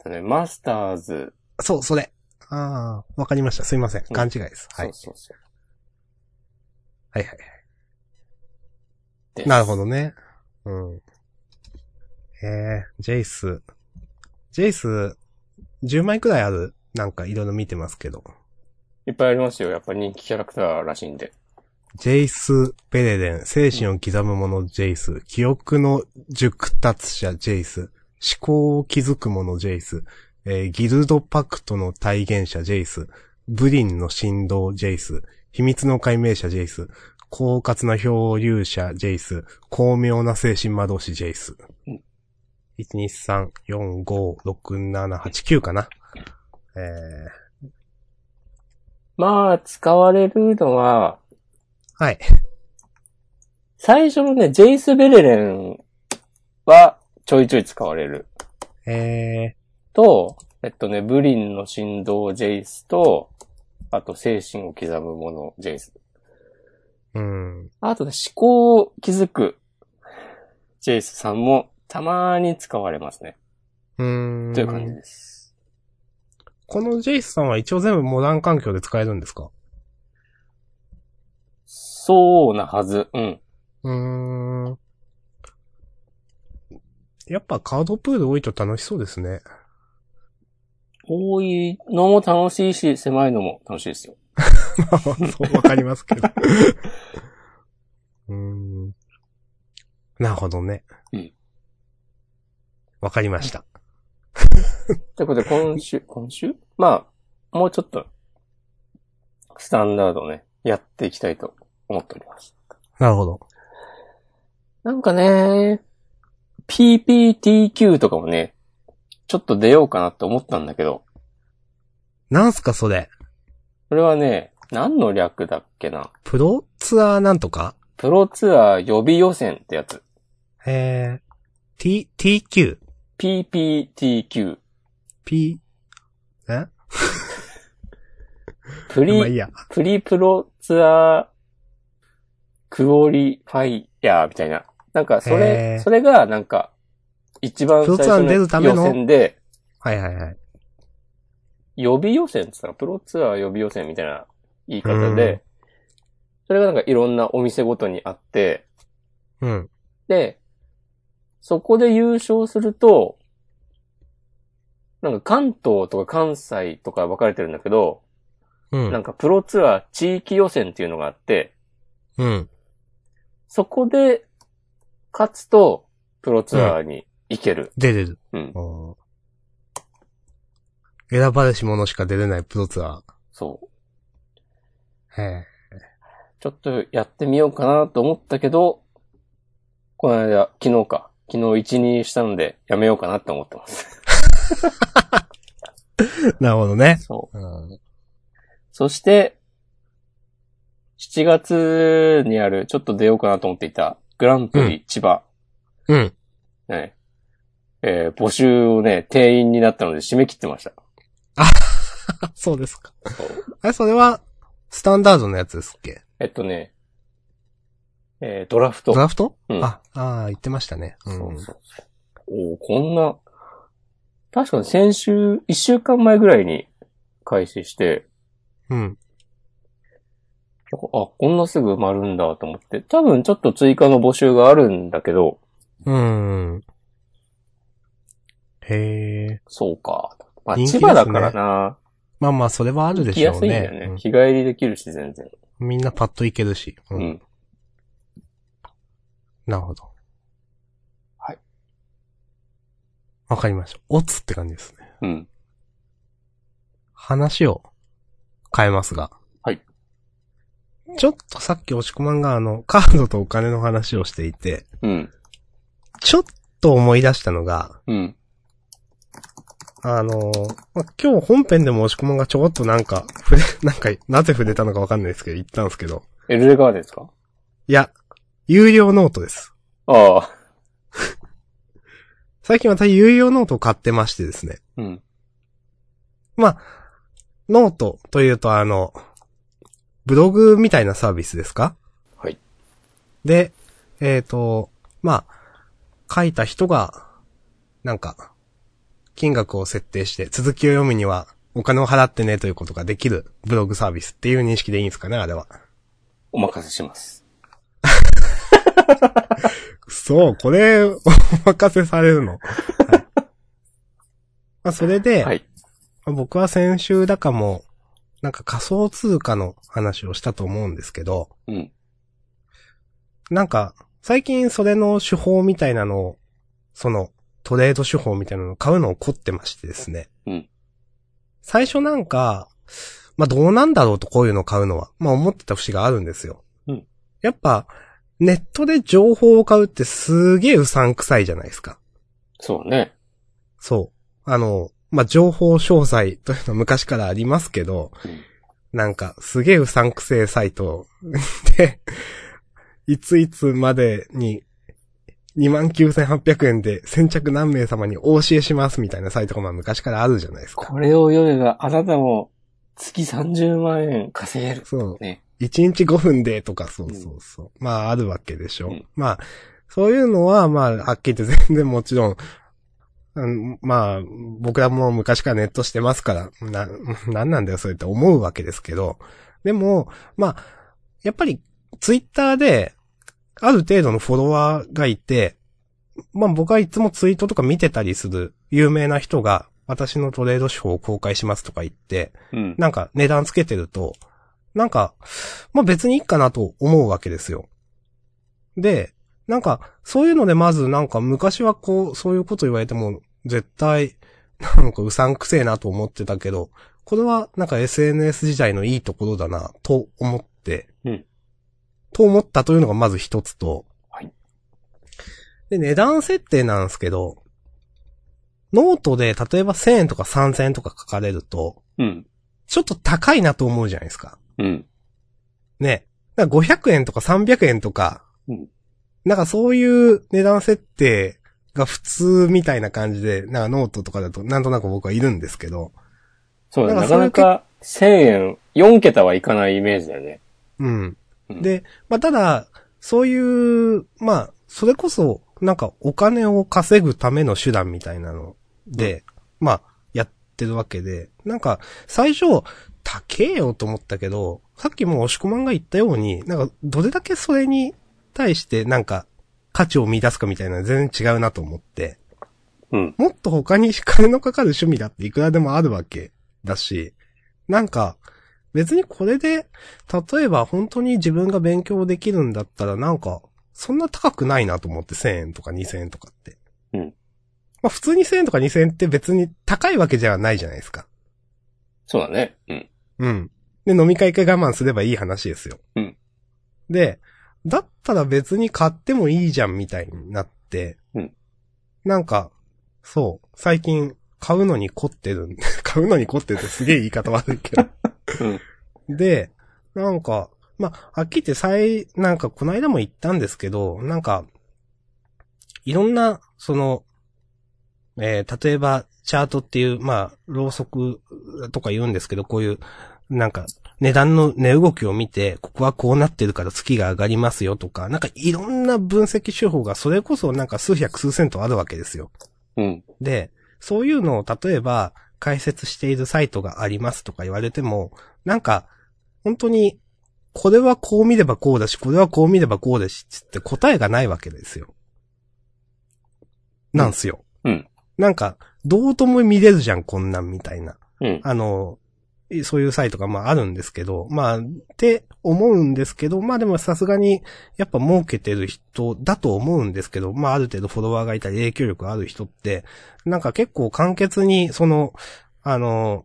とね、マスターズ。
そう、それ。ああ、わかりました。すいません。
ん
勘違いです。はい。
そうそうそう
はいはいは
です
い。なるほどね。うん。ええジェイス。ジェイス、10枚くらいあるなんかいろいろ見てますけど。
いっぱいありますよ。やっぱ人気キャラクターらしいんで。
ジェイス・ベレデン、精神を刻む者ジェイス、記憶の熟達者ジェイス、思考を築く者ジェイス、えーギルドパクトの体現者ジェイス、ブリンの振動ジェイス、秘密の解明者ジェイス、狡猾な漂流者ジェイス、巧妙な精神魔導士ジェイス
うん。
1,2,3,4,5,6,7,8,9かな。え
まあ、使われるのは、
ー、はい。
最初のね、ジェイス・ベレレンはちょいちょい使われる。
え
と、えっとね、ブリンの振動ジェイスと、あと精神を刻むものジェイス。
ー、うん。
あとね、思考を築くジェイスさんもたまーに使われますね。
うーん。
という感じです。
このジェイスさんは一応全部モダン環境で使えるんですか
そうなはず。うん。
うーん。やっぱカードプール多いと楽しそうですね。
多いのも楽しいし、狭いのも楽しいですよ。
そう わかりますけど。 うーん。なるほどね。
うん。
わかりました。
ということで、今週、今週まあ、もうちょっと、スタンダードをね、やっていきたいと思っております。
なるほど。
なんかね、PPTQ とかもね、ちょっと出ようかなって思ったんだけど、
なんすかそれ。
これはね、何の略だっけな。
プロツアーなんとか
プロツアー予備予選ってやつ。
えー、t, tq,
PPTQ。
p, え
プ
まあいい
リ、
や。
プリプロツアークオリファイヤーみたいな。なんか、そ
へ
れ、
ー
それがなんか、一番
プロ
最
ツアー
初
に出るた
の
め
予
の
選で、
はいはいはい。
予備予選って言ったら、プロツアー予備予選みたいな言い方で、
うん
それがなんかいろんなお店ごとにあって、
うん。
で、そこで優勝すると、なんか関東とか関西とか分かれてるんだけど、
うん。
なんかプロツアー地域予選っていうのがあって、
うん。
そこで勝つとプロツアーに行ける。
出れる。
うん。
うん選ばれし者しか出れないプロツア
そう。
ー。へ
ちょっとやってみようかなと思ったけど、この間、昨日か。昨日1、2したので、やめようかなって思ってます。
え。なるほどね。
そう。
うん。
そして、7月にある、ちょっと出ようかなと思っていた、グランプリ千葉。
うん。
ねえー募集をね、定員になったので締め切ってました。
あ そうですか。
そう
あれ、それは、スタンダードのやつですっけ
えっとね、えードラフト。
ドラフト、
うん
あ、ああ、言ってましたね。うん。
そうそうそうおーこんな、確かに先週、1週間前ぐらいに開始して、
うん。
あ、こんなすぐ埋まるんだと思って。多分ちょっと追加の募集があるんだけど、
うん。へえ。
そうか。まあ、
人気で
千
すね
葉だからな。
まあまあ、それはあるで
行き
し
や
ょう
すいんだ
ね
よ。ね。日帰りできるし、全然。
うんみんなパッといけるし。う。
うんん。
なるほど。
はい。
わかりました。おつって感じですね。
うん。
話を変えますが。
はい。
ちょっとさっき押し込まんがあの、カードとお金の話をしていて、
うん。
ちょっと思い出したのが、
うん。
あのーまあ、今日本編でも押し込まんがちょこっとなんか、触れ、 なんか、なぜ触れたのかわかんないですけど、言ったんですけど、
エルレガーデンですか
いや、有料ノートです。
ああ。
最近私有料ノートを買ってましてですね。
うん。
まあ、ノートというとあの、ブログみたいなサービスですか
はい。
で、えっ、と、まあ、書いた人が、なんか、金額を設定して、続きを読むにはお金を払ってねということができるブログサービスっていう認識でいいんですかね、あれは。
お任せします。
そう、これ、お任せされるの。はいまあ、それ で、
はい。
僕は先週だかも、なんか仮想通貨の話をしたと思うんですけど、
うん。
なんか、最近それの手法みたいなのを、その、トレード手法みたいなのを買うのを凝ってましてですね。
うん
最初なんか、まあどうなんだろうとこういうのを買うのは、まあ思ってた節があるんですよ。
うん
やっぱ、ネットで情報を買うってすげえうさんくさいじゃないですか。
そうね。
そう。あの、まあ、情報詳細というのは昔からありますけど、
うん
なんか、すげえうさんくせえサイトで、 いついつまでに、29,800円で先着何名様にお教えしますみたいなサイトがまあ昔からあるじゃないですか。
これを読めば、あなたも月30万円稼げる。
そう。
ね。
1日5分でとか、そうそうそう。まあ、あるわけでしょ。
うん
まあ、そういうのは、まあ、はっきり言って全然もちろん、うんまあ、僕らも昔からネットしてますから、な、 なんなんだよ、それって思うわけですけど。でも、まあ、やっぱり、ツイッターで、ある程度のフォロワーがいて、まあ僕はいつもツイートとか見てたりする有名な人が、私のトレード手法を公開しますとか言って、
うん。
なんか値段つけてると、なんか、まあ別にいいかなと思うわけですよ。で、なんか、そういうのでまずなんか昔はこう、そういうこと言われても、絶対、なんかうさんくせえなと思ってたけど、これはなんか SNS 時代のいいところだな、と思って、
うん
と思ったというのがまず一つと、
はい
で、値段設定なんですけど、ノートで例えば1000円とか3000円とか書かれると、
うん。
ちょっと高いなと思うじゃないですか。
うん。
ね。だから500円とか300円とか、
うん
なんかそういう値段設定が普通みたいな感じで、なんかノートとかだとなんとなく僕はいるんですけど、
そうだ、
なん
な
かそれ
かなか1000円、4桁はいかないイメージだよね。
うん。
うん
で、まあただ、そういう、まあ、それこそ、なんかお金を稼ぐための手段みたいなので、まあ、やってるわけで、なんか、最初、高えよと思ったけど、さっきも押し込まんが言ったように、なんか、どれだけそれに対して、なんか、価値を見出すかみたいなのは全然違うなと思って。
うん。
もっと他に金のかかる趣味だっていくらでもあるわけだし、なんか、別にこれで、例えば本当に自分が勉強できるんだったらなんか、そんな高くないなと思って1000円とか2000円とかって。
うん。
まあ普通に1000円とか2000円って別に高いわけじゃないじゃないですか。
そうだね。うん。
うん。で、飲み会会我慢すればいい話ですよ。
うん。
で、だったら別に買ってもいいじゃんみたいになって。
うん。
なんか、そう、最近買うのに凝ってるんで、 買うのに凝ってるってすげえ言い方悪いけど。
うん。
で、なんか、まあ、はっきり言って最、なんかこの間も言ったんですけど、なんか、いろんな、その、えー例えば、チャートっていう、まあ、ろうそくとか言うんですけど、こういう、なんか、値段の値動きを見て、ここはこうなってるから月が上がりますよとか、なんかいろんな分析手法がそれこそなんか数百数千とあるわけですよ。
うん。
で、そういうのを例えば解説しているサイトがありますとか言われても、なんか、本当に、これはこう見ればこうだし、これはこう見ればこうだし、つって答えがないわけですよ。なんすよ。
うん。
なんか、どうとも見れるじゃん、こんなんみたいな。
うん。
あの、いそういうサイトがまああるんですけど、まあ、って思うんですけど、まあでもさすがに、やっぱ儲けてる人だと思うんですけど、まあある程度フォロワーがいたり影響力がある人って、なんか結構簡潔に、その、あの、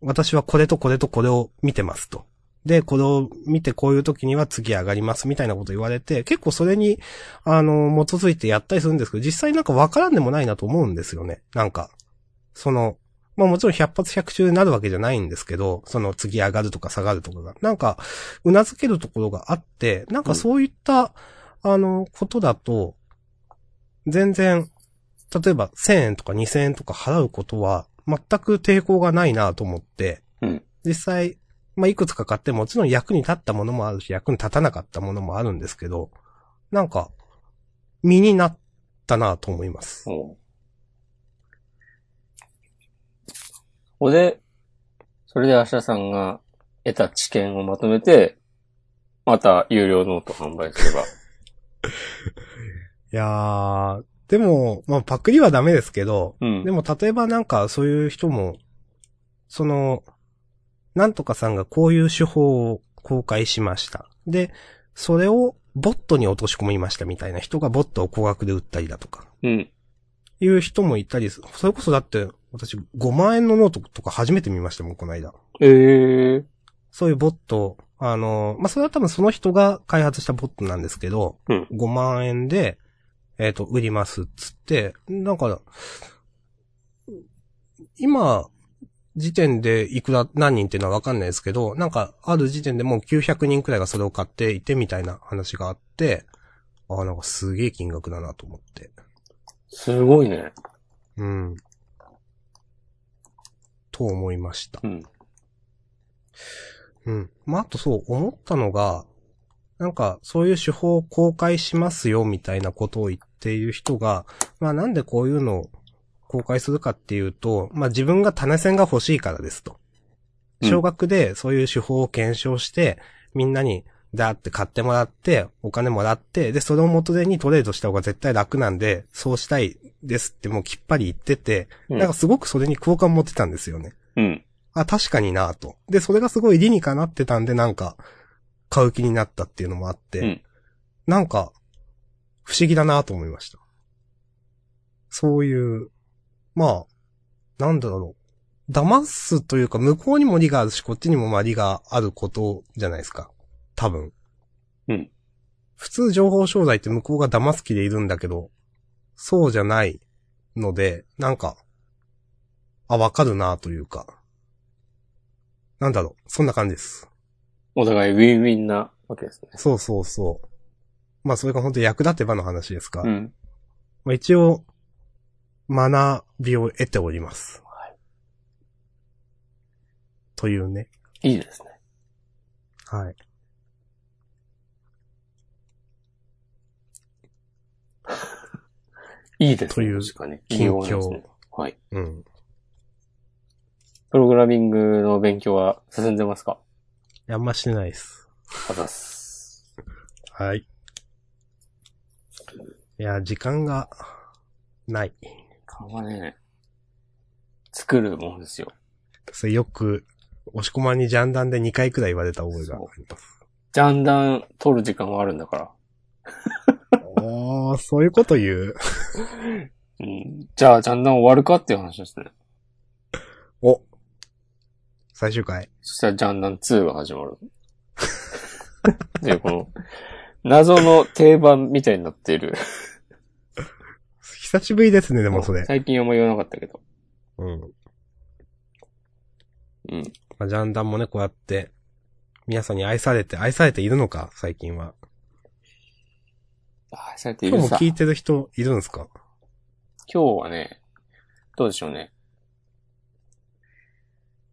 私はこれとこれとこれを見てますと。で、これを見てこういう時には次上がりますみたいなこと言われて、結構それに、あの、基づいてやったりするんですけど、実際なんかわからんでもないなと思うんですよね。なんか、その、まあもちろん百発百中になるわけじゃないんですけど、その次上がるとか下がるとかが、なんか、うなずけるところがあって、なんかそういった、あの、ことだと、全然、例えば1000円とか2000円とか払うことは、全く抵抗がないなと思って、
うん
実際、まあいくつか買ってもちろん役に立ったものもあるし、役に立たなかったものもあるんですけど、なんか、身になったなと思います。
そうこで、それでアシャさんが得た知見をまとめて、また有料ノート販売すれば。
いやー、でも、まあ、パクリはダメですけど、
うん。
でも例えばなんかそういう人も、その、なんとかさんがこういう手法を公開しました。で、それをボットに落とし込みましたみたいな人がボットを高額で売ったりだとか、
うん。
いう人もいたりする。それこそだって、私5万円のノートとか初めて見ましたもん、この間。
ええ
そういうボット、あの、まあ、それは多分その人が開発したボットなんですけど、
うん
5万円で、えっ、と、売りますっつって、なんか、今、時点でいくら、何人っていうのはわかんないですけど、なんか、ある時点でもう900人くらいがそれを買っていてみたいな話があって、ああ、なんかすげえ金額だなと思って。
すごいね。
うん。と思いました。
うん。
うん。まあ、あとそう、思ったのが、なんか、そういう手法を公開しますよ、みたいなことを言っている人が、まあ、なんでこういうのを公開するかっていうと、まあ、自分が種銭が欲しいからですと。
うん
小学でそういう手法を検証して、みんなに、だって買ってもらって、お金もらって、で、それを元手にトレードした方が絶対楽なんで、そうしたいですってもうきっぱり言ってて、
うん
なんかすごくそれに好感持ってたんですよね。
うん。
あ、確かになぁと。で、それがすごい理にかなってたんで、なんか、買う気になったっていうのもあって、
うん
なんか、不思議だなぁと思いました。そういう、まあ、なんだろう。騙すというか、向こうにも利があるし、こっちにもまあ利があることじゃないですか。多分。
うん
普通情報商材って向こうが騙す気でいるんだけど、そうじゃないので、なんか、あ、わかるなぁというか。なんだろう、そんな感じです。
お互いウィンウィンなわけですね。
そうそうそう。まあそれが本当に役立てばの話ですか。
うん。
まあ一応、学びを得ております。というね。
いいですね。
はい。
いいですね。
という
確かに。
近況
いいようですねはい。
うん。い
プログラミングの勉強は進んでますか
やあんましてないです。
あざっす。
はい。いや、時間が、ない。
顔はね、作るもんですよ。
それよく、押し込まんにジャンダンで2回くらい言われた覚えがあります。
ジャンダン取る時間はあるんだから。
おー、そういうこと言う。
うん。じゃあ、ジャンダン終わるかっていう話ですね。
お。最終回。
そしたらジャンダン2が始 まる。で、この、謎の定番みたいになっている。
久しぶりですね、でもそれ。
最近あんま言わなかったけど。
うん。
うん。
まあ、ジャンダンもね、こうやって、皆さんに愛されて、愛されているのか、最近は。
あ、されてい
今
る
日も
さ。
聞いてる人いるんですか
今日はね、どうでしょうね。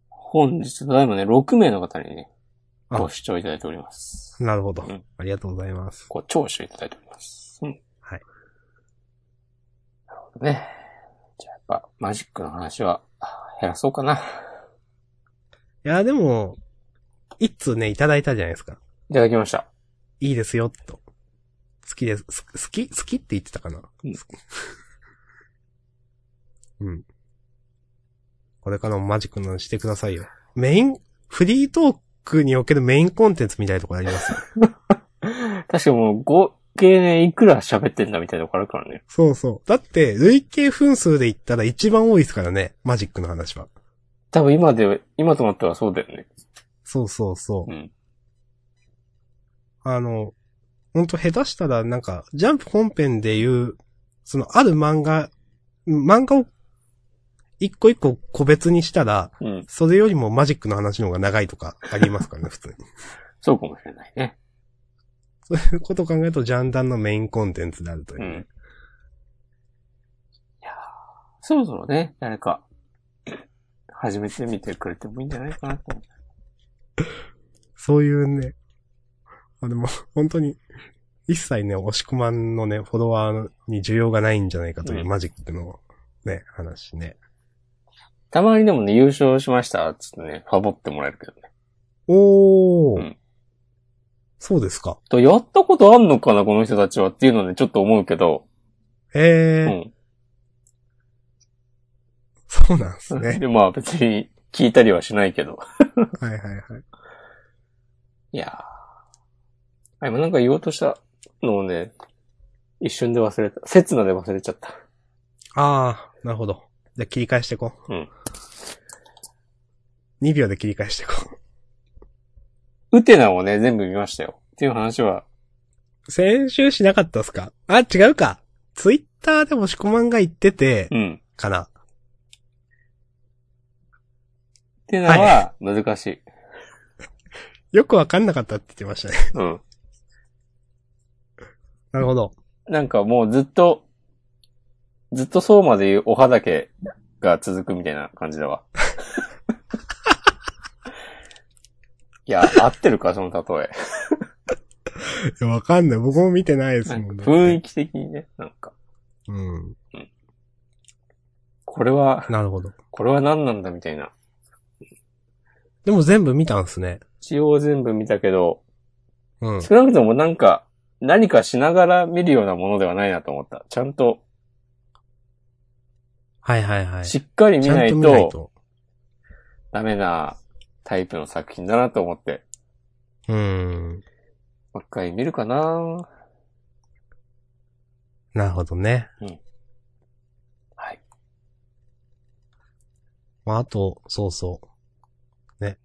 本日、ただいまね、6名の方にね、
あ
ご視聴いただいております。
なるほど
うん。
ありがとうございます。
ご聴取いただいております。うん。
はい。
なるほどね。じゃあやっぱ、マジックの話はあ減らそうかな。
いや、でも、一通ね、いただいたじゃないですか。
いただきました。
いいですよ、と。好きです。す好き好きって言ってたかな、
うん
好き うん。これからもマジックの話してくださいよ。メイン、フリートークにおけるメインコンテンツみたいなところありますよ。
確かもう、合計ね、いくら喋ってんだみたいなとこあるからね。
そうそう。だって、累計分数で言ったら一番多いですからね、マジックの話は。
多分今で、今となってはそうだよね。
そうそうそう。
うん。
あの、ほんと下手したらなんか、ジャンプ本編で言う、そのある漫画、漫画を一個一個個別にしたら、
うん。
それよりもマジックの話の方が長いとかありますからね、普通に。
そうかもしれないね。
そういう ことを考えると、ジャンダンのメインコンテンツであるというう。
ん。いやーそろそろね、誰か、始めてみてくれてもいいんじゃないかなと思って。
そういうね、あ、でも、本当に、一切ね、押し込まんのね、フォロワーに需要がないんじゃないかといううんマジックのね、話ね。
たまにでもね、優勝しました、つってね、ファボってもらえるけどね。
おー。
うん
そうですか。
とやったことあんのかな、この人たちはっていうのでちょっと思うけど、う
ええー
ん。
そうなんです ね。
で、まあ別に聞いたりはしないけど。
はいはいはい。
いやー。あ、今なんか言おうとしたのをね、一瞬で忘れた。刹那で忘れちゃった。
ああ、なるほど。じゃあ切り返していこう。
うん。
2秒で切り返していこ
ウテナをね、全部見ましたよ。っていう話は、
う。先週しなかったっすかあ、違うか。ツイッターでもしこまんが言ってて、
うん。
かな。
ウテナは難しい。
よくわかんなかったって言ってましたね。
うん。
なるほど。
なんかもうずっと、ずっとそうまで言うおはだけが続くみたいな感じ だわ。いや、合ってるか、その例え。
いやわかんない。僕も見てないです
な
もん
ん
ね
か。雰囲気的にね、なんか、
うん。
これは、
なるほど。
これは何なんだみたいな。
でも全部見たんすね。
一応全部見たけど、
うん。
少なくともなんか、何かしながら見るようなものではないなと思った。ちゃんと、
はいはいはい。
しっかり見
ちゃ
なんい
と見ない
と、
と。
ダメなタイプの作品だなと思って、
うん。
もう一回見るかな
なるほどね。
はい。
まあ、あと、そうそう。ね。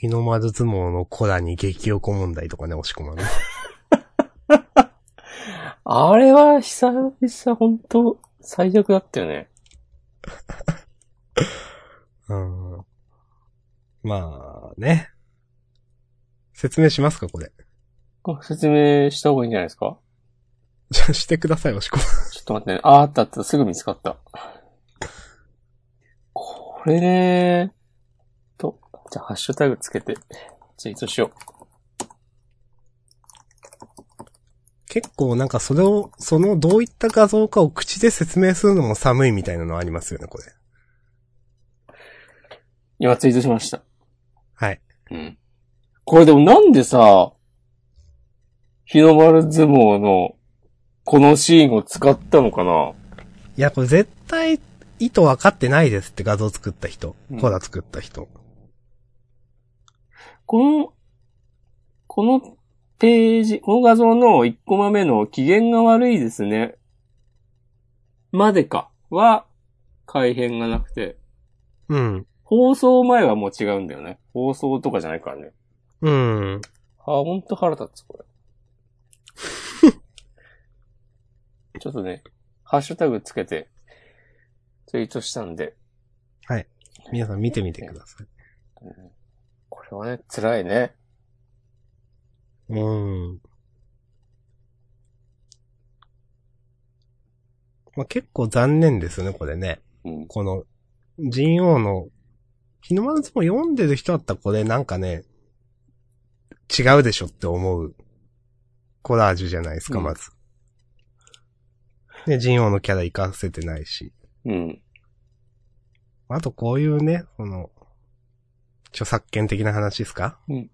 日の丸相撲のコラに激横問題とかね、押し込まね。
あれは久々本当最悪だったよね。
うん。まあ、ね。説明しますか、これ。
これ説明した方がいいんじゃないですか
じゃあしてください、押し込ま。
ちょっと待ってね。あ、あったあった。すぐ見つかった。これねと、じゃあハッシュタグつけて、ツイートしよ
結構なんかそれを、そのどういった画像かを口で説明するのも寒いみたいなのありますよね、これ。
う。今ツイートしました。
はい。
うん。これでもなんでさ、日の丸相撲のこのシーンを使ったのかない
や、これ絶対意図分かってないですって画像作った人
うん。
コラ作った人。
この、このページ、この画像の1コマ目の機嫌が悪いですね。までか。は、改変がなくて。
うん。
放送前はもう違うんだよね。放送とかじゃないからね。
うん。
あ、ほんと腹立つ、こ れ。ちょっとね、ハッシュタグつけて、ツイートしたんで、
皆さん見てみてください。
これはね、辛いね。
うん。まあ、結構残念ですよね、これね。
うん。
この、人王の、日の丸相撲読んでる人だったらこれなんかね、違うでしょって思う、コラージュじゃないですか、
うん
まず。で、人王のキャラ活かせてないし。
うん。
あとこういうね、この、著作権的な話ですか
うん。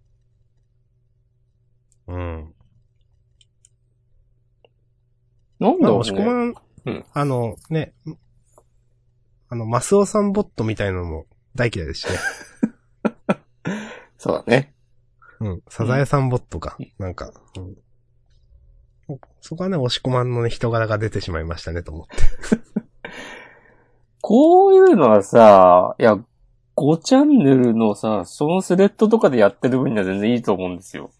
うん。
なん
まあ、
だろ
も
う
し
ね
こ。まん、
うん
あの、ね、あの、マスオさんボットみたいなのも大嫌いですしね。
そうだね。
うん。サザエさんボットか。なんか、うん。そこはね、押し込まんのね、人柄が出てしまいましたね、と思って。
こういうのはさ、いや、5チャンネルのさ、そのスレッドとかでやってる分には全然いいと思うんですよ。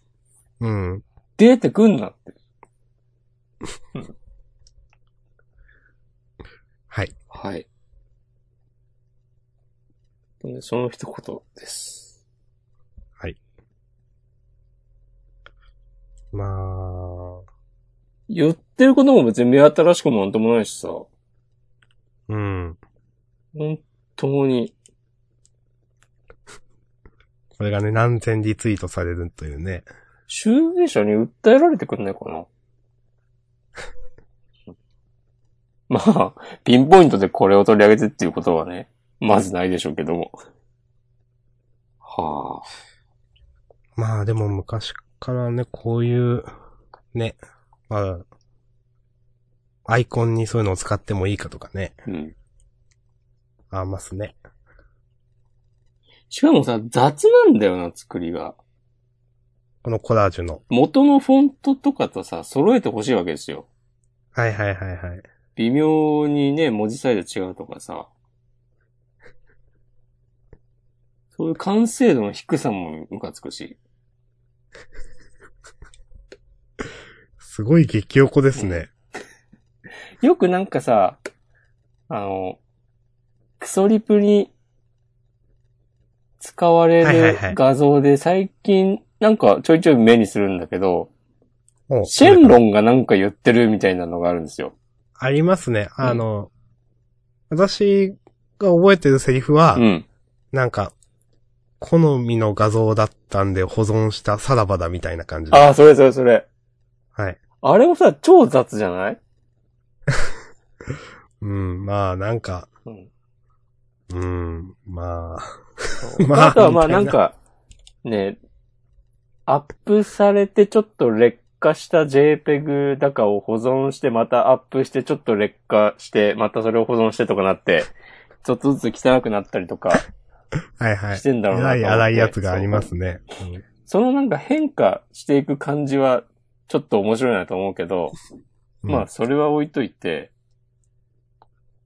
うん。
出てくんなって。
はい。
はい。でその一言です。
まあ、
言ってることも別に目新しくもなんともないしさ、
うん。
本当に、
これがね、何千リツイートされるというね。
集英者に訴えられてくんないかな まあ、ピンポイントでこれを取り上げてっていうことはね、まずないでしょうけども。はあ。
まあでも昔からね、こういう、ね、まあ、アイコンにそういうのを使ってもいいかとかね、
うん。
ありますね。
しかもさ、雑なんだよな、作りが。
このコラージュの。
元のフォントとかとさ、揃えてほしいわけですよ。
はいはいはいはい。
微妙にね、文字サイズ違うとかさ。そういう完成度の低さもムカつくし。
すごい激おこですね。
よくなんかさ、あの、クソリプに使われ
はいはい
る
はい
画像で最近なんかちょいちょい目にするんだけど、
お
シェンロンがなんか言ってるみたいなのがあるんですよ。
ありますね。あの、私が覚えてるセリフは、
うん。
なんか、好みの画像だったんで保存したさらばだみたいな感じで。
ああ、それそれそれ。
はい。
あれもさ、超雑じゃない
うん、まあなんか、
うん。
うん、まあ、まあ
あ、とはまあ
み
な
たいなん
か、ね、アップされてちょっと劣化した JPEG だかを保存して、またアップしてちょっと劣化して、またそれを保存してとかなって、ちょっとずつ汚くなったりとか
はいは
し
い。
てんだろうなと
荒
思って
い荒いやつがありますね。うん
そのなんか変化していく感じは、ちょっと面白いなと思うけど、
うん
まあ、それは置いといて、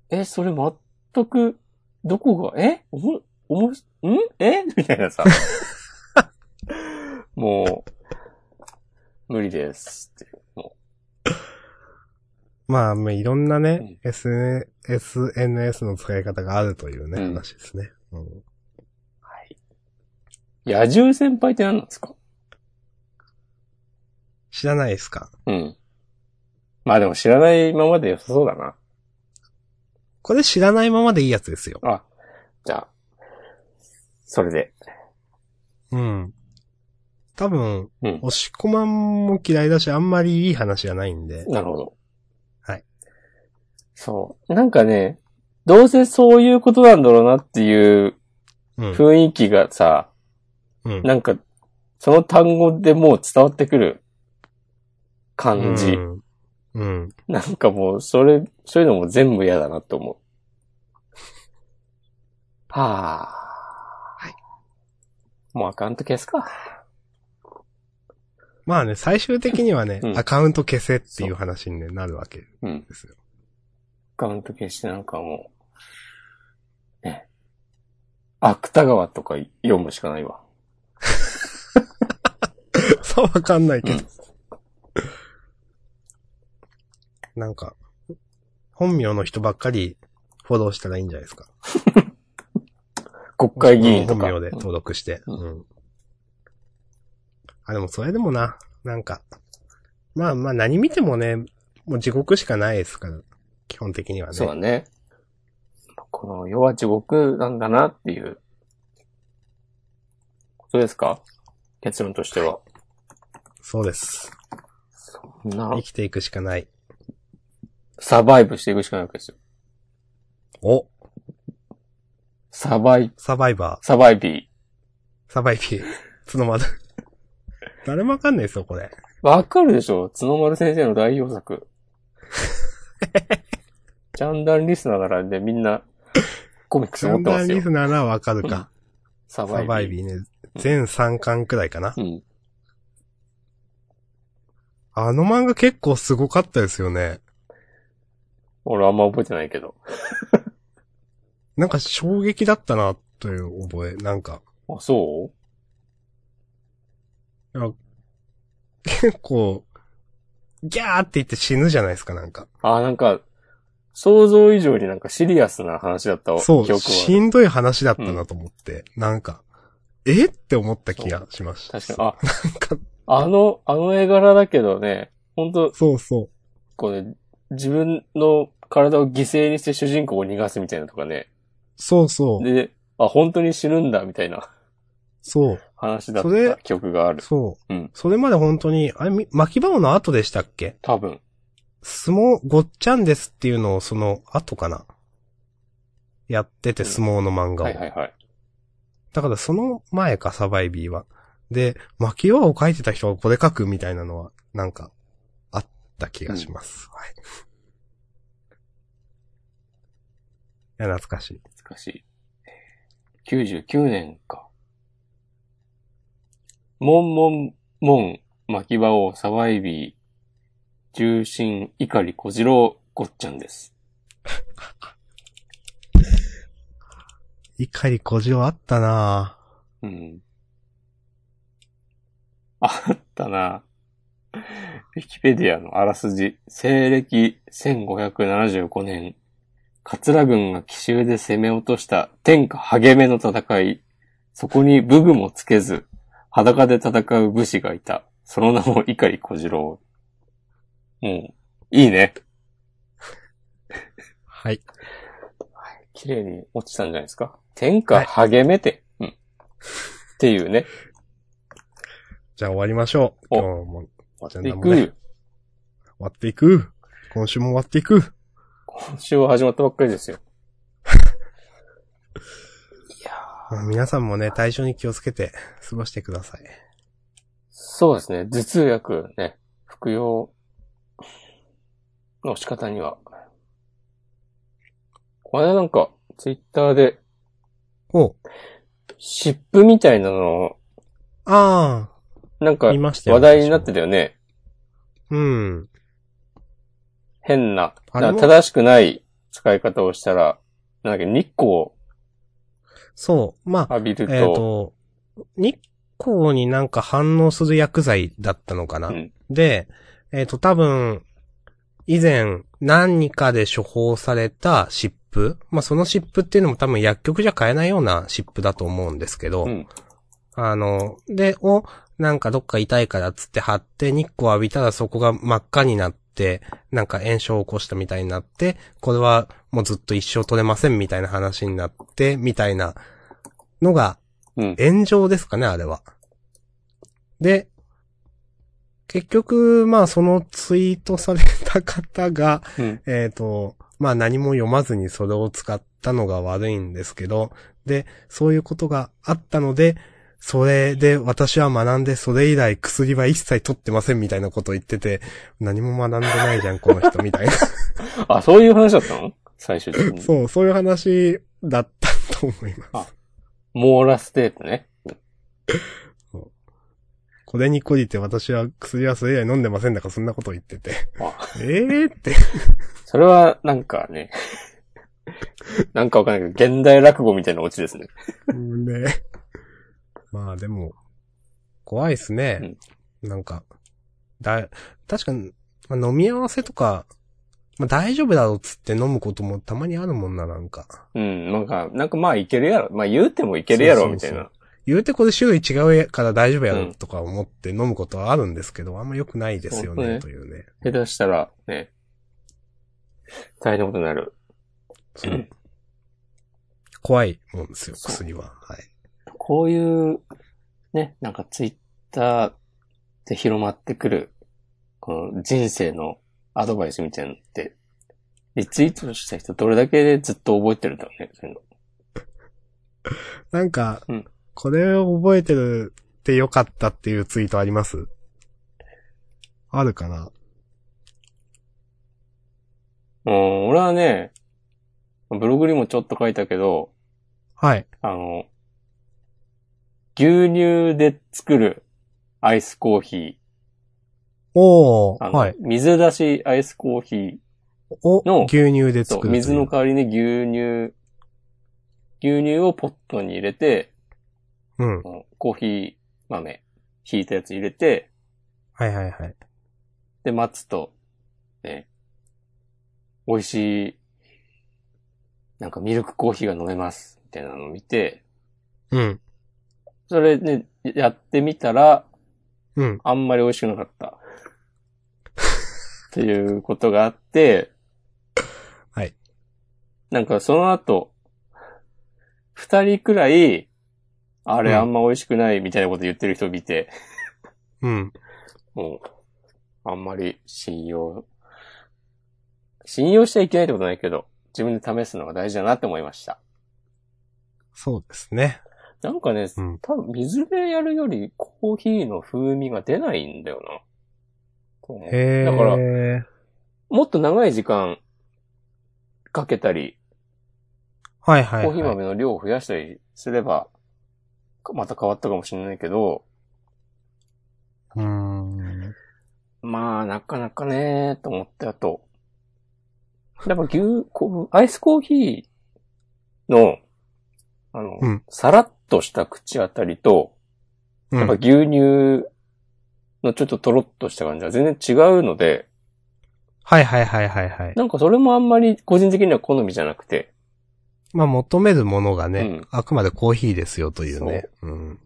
え、それ全く、どこが、えおも、おもし、んえ みたい なさ。もう、無理ですっていう。も
まあ、まあ、いろんなね、SN SNS の使い方があるというね、
うん
話ですね。うん
う野獣先輩って何なんですか
知らないですか
うん。まあでも知らないままで良さそうだな。
これ知らないままでいいやつですよ。
あ、じゃあ、それで。
うん。多分、
うん。
押し込まんも嫌いだし、あんまりいい話じゃないんで。
なるほど。
はい。
そう。なんかね、どうせそういうことなんだろうなっていう
うん。
雰囲気がさ、
うん。
なんか、その単語でもう伝わってくる感じ。
うん。うん。
なんかもう、それ、そういうのも全部嫌だなと思う。はあ。はい。もうアカウント消すか。
まあね、最終的にはね、
うん
アカウント消せっていう話にねなるわけ
うん。
ですよ。
アカウント消してなんかもう、ね。芥川とか読むしかないわ。
そうわかんないけど。
うん
なんか、本名の人ばっかりフォローしたらいいんじゃないですか。
国会議員とか。
本名で登録して。
うん
うん。あ、でもそれでもな、なんか、まあまあ何見てもね、もう地獄しかないですから、基本的にはね。
そうだね。この世は地獄なんだなっていう。そうですか結論としては。
そうです。
そんな
生、きていくしかない。
サバイブしていくしかないわけですよ。
お、
サバイ、
サバイバ
サバイビー。
ー、サバイビー、角 丸。誰もわかんないですよ、これ。
わかるでしょ角丸先生の代 表作。ジャンダンリスナーならね、みんなコミックス
ジャ
持っ
ン
てま
ダ
す
ンリ
よ。
スナーならわかるか。
サバイ
サ
ビー。
バイビーね、全3巻くらいかな。
うん。
あの漫画結構すごかったですよね。
俺あんま覚えてないけど。
なんか衝撃だったな、という覚え。なんか、
あ、そう
結構、ギャーって言って死ぬじゃないですか、なんか。
あ、なんか、想像以上になんかシリアスな話だった記
そ
憶
う、
は。
しんどい話だったなと思って、なんか、えって思った気がしました。
確かに。
か
あ、あの、あの絵柄だけどね、本当
そうそ
こうね、自分の体を犠牲にして主人公を逃がすみたいなとかね。
う。そうそう。
で、あ、本当に死ぬんだ、みたいな
そう。
話だっ
それ
た記憶がある。
そう。
うん
それまで本当に、あれ、み巻き場の後でしたっけ
多分。
相撲ごっちゃんですっていうのをその後かな。やってて、相撲の漫画を。
はいはいはい。
だからその前か、サバイビーは。で、巻き輪を書いてた人がこれ書くみたいなのは、なんか、あった気がします。はい。いや、懐かしい。
難しい。99年か。もんもんもん、巻き場をサバイビー、重心、碇小次郎、ごっちゃんです。
怒り小次あったなぁ。
うん。あったな。ウィキペディアのあらすじ、西暦1575年、桂軍が奇襲で攻め落とした天下励めの戦い、そこに武具もつけず、裸で戦う武士がいた。その名も碇小次郎。もう、いいね。
はい。
綺麗に落ちたんじゃないですか。天下励めて、うん。っていうね。
じゃあ終わりましょう。
お
今日も
終わってい
じゃあなんもね。
く
終わっていく。今週も終わっていく。
今週は始まったばっかりですよ。いやー
まあ皆さんもね、対象に気をつけて過ごしてください。
そうですね。頭痛薬ね、服用の仕方には。これなんか、ツイッターで、
おう
湿布みたいなの、
あ
なん
あ、
か
見、ましたよ。
話題になってたよね。
うん。
変な。
あれも
なんか正しくない使い方をしたら、なんだっけ、日光を
そう。まあ、
浴 びると、
えっ、と、日光になんか反応する薬剤だったのかな、
うん
で、えっ、と、多分、以前何かで処方された湿布まあ、その湿布っていうのも多分薬局じゃ買えないような湿布だと思うんですけど、
うん
あの、で、を、なんかどっか痛いからっつって貼って日光浴びたらそこが真っ赤になって、なんか炎症を起こしたみたいになって、これはもうずっと一生取れませんみたいな話になって、みたいなのが
うん。
炎上ですかね、あれは。で、結局、まあ、そのツイートされた方が、
うん
えっ、と、まあ、何も読まずにそれを使ったのが悪いんですけど、で、そういうことがあったので、それで私は学んで、それ以来薬は一切取ってませんみたいなことを言ってて、何も学んでないじゃん、この人みたいな。
あ、そういう話だったの最終的 に。
そう、そういう話だったと思います。
モーラステープね。
これにこりて私は薬はそれ以来飲んでませんだからそんなことを言ってて。
あ
ええって。
それは、なんかね、 なんかわかんないけど、現代落語みたいなオチですね。
ね。まあでも、怖いっすね。なんか、だ、確かに、まあ飲み合わせとか、まあ大丈夫だろうっつって飲むこともたまにあるもんな、なんか。
うん、なんか、なんかまあいけるやろ。まあ言うてもいけるやろ、
そう
み
そ
た
うそう
いな。
言うてこれ種類違うから大丈夫や
う
ろ
ん
とか思って飲むことはあるんですけど、あんま良くないですよ
そうね
ね、というね。
下手したら、ね、大変なことになる。
そう。怖いもんですよ、
そう
薬は。はい。
こういう、ね、なんかツイッターで広まってくる、この人生のアドバイスみたいなのって、リツイートした人どれだけでずっと覚えてるんだろうね、そういうの。
なんか、
うん
これを覚えてるって良かったっていうツイートありますあるかな
うん、俺はね、ブログにもちょっと書いたけど、
はい。
あの、牛乳で作るアイスコーヒー、
お
あ
ー、
の、
はい。
水出しアイスコーヒー、の
を牛乳で
そ
作
う、
る。
水の。代わりに牛乳、牛乳をポットに入れて、
うん。
あのコーヒー豆、ひいたやつ入れて、
はいはいはい。
で、待つと、ね、美味しい、なんかミルクコーヒーが飲めます、みたいなのを見て、
うん。
それね、やってみたら、
うん。
あんまり美味しくなかった。っていうことがあって、
はい。
なんかその後、二人くらい、あれ
うん
あんま美味しくないみたいなこと言ってる人見て、
うん。
もう、あんまり信用、信用しちゃいけないってことないけど、自分で試すのが大事だなって思いました。
そうですね。
なんかね、
うん
多分水辺やるよりコーヒーの風味が出ないんだよなそう思う。
へえ。
だから、
ら。
もっと長い時間かけたり、
はいはい、はい。
コーヒー豆の量を増やしたりすれば、また変わったかもしれないけど、
うーん。
まあ、なかなかね、と思って、あと。やっぱ牛、こうアイスコーヒーの、あの、
うん
さらっとした口当たりと、
うん
やっぱ牛乳のちょっととろっとした感じは全然違うので、
はいはいはいはいはい。
なんかそれもあんまり個人的には好みじゃなくて、
まあ求めるものがね、
うん
あくまでコーヒーですよというね。うん。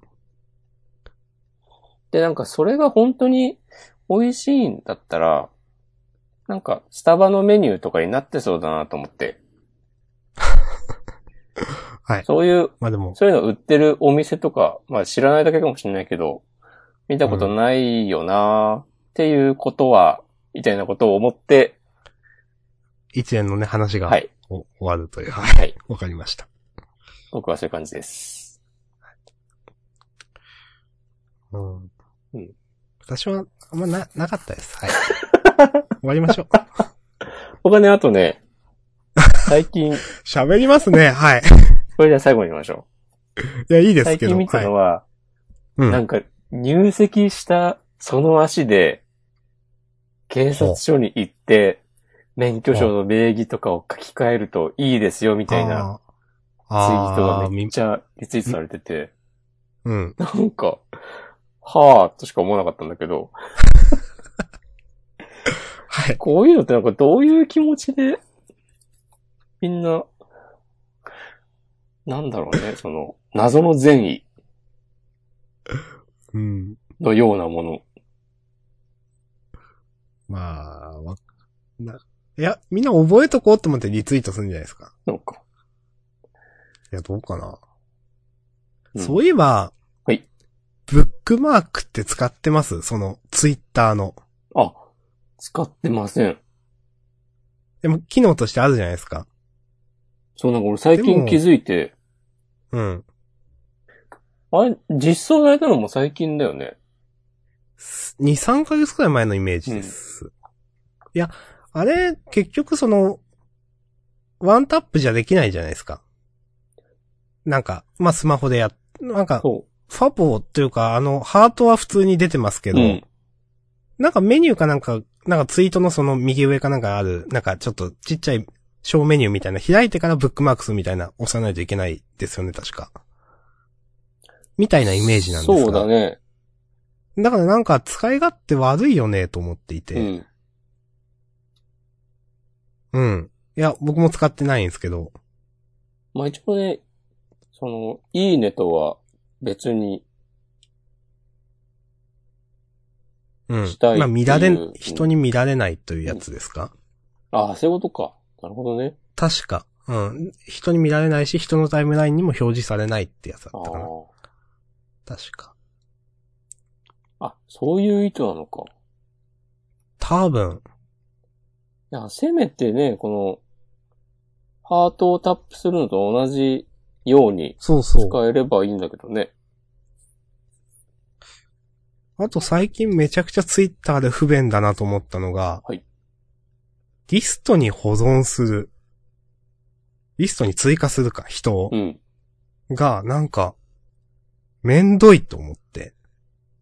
で、なんかそれが本当に美味しいんだったら、なんかスタバのメニューとかになってそうだなと思って。
はい
そういう、
まあでも、
そういうの売ってるお店とか、まあ知らないだけかもしれないけど、見たことないよなっていうことは、みたいなことを思って、
一連のね、話が、
はい
お終わるという。
は
はいい。わかりました。
僕はそういう感じです。
うん。
うん
私は、あんまな、なかったです。 はい。終わりましょう。
僕はね、あと ね、最近、
喋りますね。はい。
これじゃあ最後に言いましょ
いや、いいで
う。
す
最
けど。
近見た
はい
のは、
うん
なんか、入籍したその足で、警察署に行って、免許証の名義とかを書き換えるといいですよ、みたいな
あ
ツイート
あ
が
ー
めっ
み
ちゃリツイートされてて、
うん。
なんか、はぁ、としか思わなかったんだけど、
はい。
こういうのってなんかどういう気持ちで、みんな、なんだろうね、その、謎の善意
うん。
のようなもの。
まあ、わ、な、いや、みんな覚えとこうと思ってリツイートするんじゃないですか。
なんか、
いや、どうかな。
うん
そういえば、
はい。
ブックマークって使ってますその、ツイッターの。
あ、使ってません。
でも、機能としてあるじゃないですか。
そう、なんか俺最
で
近
も
気づいて、
うん。
あれ、実装されたのも最近だよね。
す2、3ヶ月くらい前のイメージです。いや、あれ、結局その、ワンタップじゃできないじゃないですか。なんか、まあ、スマホでや、なんか、
そ
ファボっていうか、あの、ハートは普通に出てますけ
う。
ど、
うん。
なんかメニューかなんか、なんかツイートのその右上かなんかある、なんかちょっとちっちゃい小メニューみたいな、開いてからブックマークスみたいな押さないといけないですよね、確か。みたいなイメージなんですが
そうだね。
だからなんか使い勝手悪いよね、と思っていうて。
ん。
うん。いや、僕も使ってないんですけど。
まあ一応ね、その、いいねとは別に、
うん
したい。って
まあ
いう
見られ、人に見られないというやつですか、
ああ、そういうことか。なるほどね。
確か。うん。人に見られないし、人のタイムラインにも表示されないってやつだ
あ
ったかな。
あ。
確か。
あ、そういう意図なのか。
多分。
いや、せめてね、この、ハートをタップするのと同じように
そうそう。
使えればいいんだけどね。
あと最近めちゃくちゃツイッターで不便だなと思ったのが、
はい
リストに保存する。リストに追加するか、人を。
うん。
が、なんか、めんどいと思って。